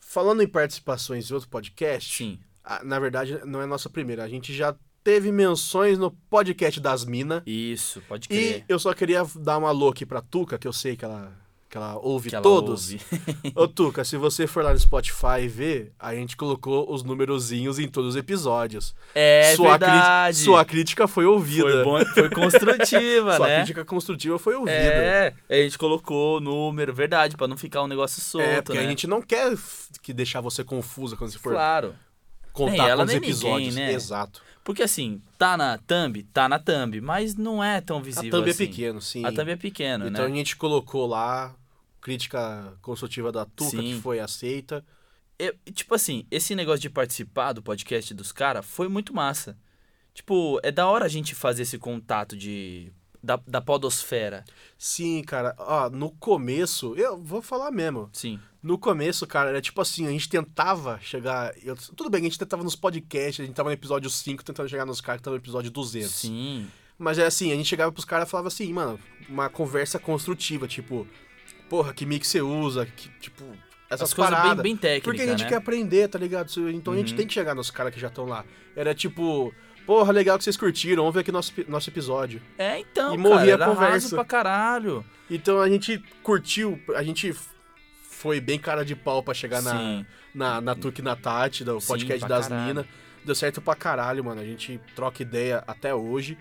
[SPEAKER 1] Falando em participações em outro podcast,
[SPEAKER 2] Sim.
[SPEAKER 1] ah, na verdade, não é a nossa primeira. A gente já teve menções no podcast das Minas.
[SPEAKER 2] Isso, pode
[SPEAKER 1] E
[SPEAKER 2] crer.
[SPEAKER 1] eu só queria dar uma alô aqui pra Tuca, que eu sei que ela, que ela ouve
[SPEAKER 2] Que ela
[SPEAKER 1] todos.
[SPEAKER 2] ouve.
[SPEAKER 1] Ô, Tuca, se você for lá no Spotify e ver, a gente colocou os numerozinhos em todos os episódios.
[SPEAKER 2] É
[SPEAKER 1] sua, cri-
[SPEAKER 2] verdade.
[SPEAKER 1] sua crítica foi ouvida.
[SPEAKER 2] foi, bom- foi construtiva,
[SPEAKER 1] sua
[SPEAKER 2] né?
[SPEAKER 1] crítica construtiva foi ouvida.
[SPEAKER 2] É, a gente colocou o número, verdade, pra não ficar um negócio solto,
[SPEAKER 1] É, porque
[SPEAKER 2] né?
[SPEAKER 1] a gente não quer f- que deixar você confusa quando você for
[SPEAKER 2] Claro.
[SPEAKER 1] contar
[SPEAKER 2] Nem ela,
[SPEAKER 1] quantos
[SPEAKER 2] nem ninguém,
[SPEAKER 1] episódios.
[SPEAKER 2] né?
[SPEAKER 1] Exato.
[SPEAKER 2] Porque assim, tá na thumb, tá na thumb, mas não é tão
[SPEAKER 1] A
[SPEAKER 2] visível
[SPEAKER 1] thumb
[SPEAKER 2] assim.
[SPEAKER 1] é pequeno, sim.
[SPEAKER 2] A thumb é pequena,
[SPEAKER 1] então
[SPEAKER 2] né?
[SPEAKER 1] a gente colocou lá crítica construtiva da Tuca,
[SPEAKER 2] Sim.
[SPEAKER 1] que foi aceita.
[SPEAKER 2] Eu- tipo assim, esse negócio de participar do podcast dos caras foi muito massa. Tipo, é da hora a gente fazer esse contato de da, da podosfera.
[SPEAKER 1] Sim, cara. Ó, no começo, eu vou falar mesmo.
[SPEAKER 2] Sim.
[SPEAKER 1] No começo, cara, era tipo assim, a gente tentava chegar... eu- tudo bem, a gente tentava nos podcasts, a gente tava no episódio 5 tentando chegar nos caras que estavam no episódio 200.
[SPEAKER 2] Sim.
[SPEAKER 1] Mas é assim, a gente chegava pros caras e falava assim, mano, uma conversa construtiva, tipo, porra, que mix você usa, que, tipo, essas
[SPEAKER 2] As coisas
[SPEAKER 1] paradas.
[SPEAKER 2] bem, bem técnicas,
[SPEAKER 1] Porque a gente
[SPEAKER 2] né?
[SPEAKER 1] quer aprender, tá ligado? Então a gente
[SPEAKER 2] Uhum.
[SPEAKER 1] tem que chegar nos caras que já estão lá. Era tipo, porra, legal que vocês curtiram, vamos ver aqui nosso, nosso episódio.
[SPEAKER 2] É, então,
[SPEAKER 1] E
[SPEAKER 2] cara,
[SPEAKER 1] morrer a
[SPEAKER 2] era raso
[SPEAKER 1] conversa.
[SPEAKER 2] pra caralho.
[SPEAKER 1] Então a gente curtiu, a gente f- foi bem cara de pau pra chegar na,
[SPEAKER 2] Sim.
[SPEAKER 1] na, na Tuque e na Tati, do
[SPEAKER 2] Sim,
[SPEAKER 1] podcast
[SPEAKER 2] pra
[SPEAKER 1] das
[SPEAKER 2] caralho.
[SPEAKER 1] minas. Deu certo pra caralho, mano. A gente troca ideia até hoje.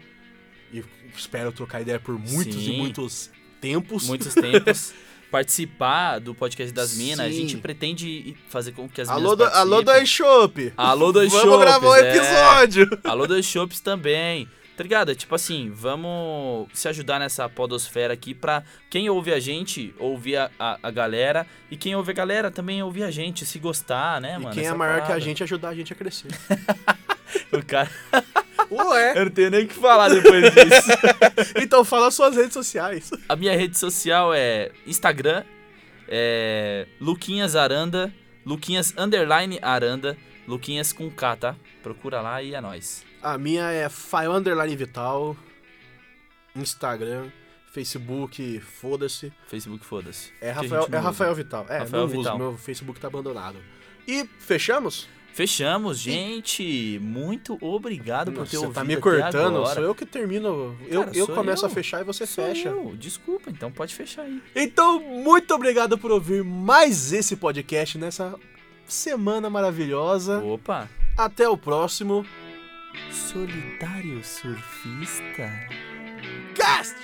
[SPEAKER 1] E espero trocar ideia por muitos
[SPEAKER 2] Sim.
[SPEAKER 1] e muitos tempos.
[SPEAKER 2] muitos tempos participar do podcast das minas. A
[SPEAKER 1] Sim.
[SPEAKER 2] gente pretende ir- fazer com que as
[SPEAKER 1] Alô, do,
[SPEAKER 2] minas
[SPEAKER 1] alô,
[SPEAKER 2] participem.
[SPEAKER 1] dois Chopp!
[SPEAKER 2] Alô, dois
[SPEAKER 1] Vamos
[SPEAKER 2] Shoppes,
[SPEAKER 1] gravar um
[SPEAKER 2] é.
[SPEAKER 1] episódio!
[SPEAKER 2] Alô, dois shops também. Tá ligado? É Tipo assim, vamos se ajudar nessa podosfera aqui pra quem ouve a gente ouvir a, a, a galera e quem ouve a galera também ouvir a gente, se gostar, né, mano?
[SPEAKER 1] e quem é
[SPEAKER 2] Essa
[SPEAKER 1] maior que a
[SPEAKER 2] parada.
[SPEAKER 1] gente ajudar a gente a crescer.
[SPEAKER 2] O cara...
[SPEAKER 1] Ué!
[SPEAKER 2] Eu não tenho nem o que falar depois disso.
[SPEAKER 1] Então fala suas redes sociais.
[SPEAKER 2] A minha rede social é Instagram, é Luquinhas Aranda, Luquinhas underline Aranda, Luquinhas com K, tá? Procura lá e é nóis.
[SPEAKER 1] A minha é Fael Underline Vital, Instagram, Facebook, foda-se.
[SPEAKER 2] Facebook, foda-se.
[SPEAKER 1] É
[SPEAKER 2] Que a gente
[SPEAKER 1] Rafael,
[SPEAKER 2] não
[SPEAKER 1] é
[SPEAKER 2] usa.
[SPEAKER 1] Rafael Vital. É,
[SPEAKER 2] Rafael
[SPEAKER 1] não uso,
[SPEAKER 2] Vital.
[SPEAKER 1] meu Facebook tá abandonado. E fechamos?
[SPEAKER 2] Fechamos, gente. Muito obrigado por ter
[SPEAKER 1] Nossa,
[SPEAKER 2] ouvido
[SPEAKER 1] tá me
[SPEAKER 2] até
[SPEAKER 1] cortando,
[SPEAKER 2] agora.
[SPEAKER 1] sou eu que termino. eu
[SPEAKER 2] Cara,
[SPEAKER 1] eu
[SPEAKER 2] sou
[SPEAKER 1] começo
[SPEAKER 2] eu.
[SPEAKER 1] a fechar e você
[SPEAKER 2] Sou
[SPEAKER 1] fecha.
[SPEAKER 2] eu. Desculpa, então pode fechar aí.
[SPEAKER 1] Então, muito obrigado por ouvir mais esse podcast nessa semana maravilhosa.
[SPEAKER 2] Opa.
[SPEAKER 1] Até o próximo.
[SPEAKER 2] Solitário surfista.
[SPEAKER 1] Cast!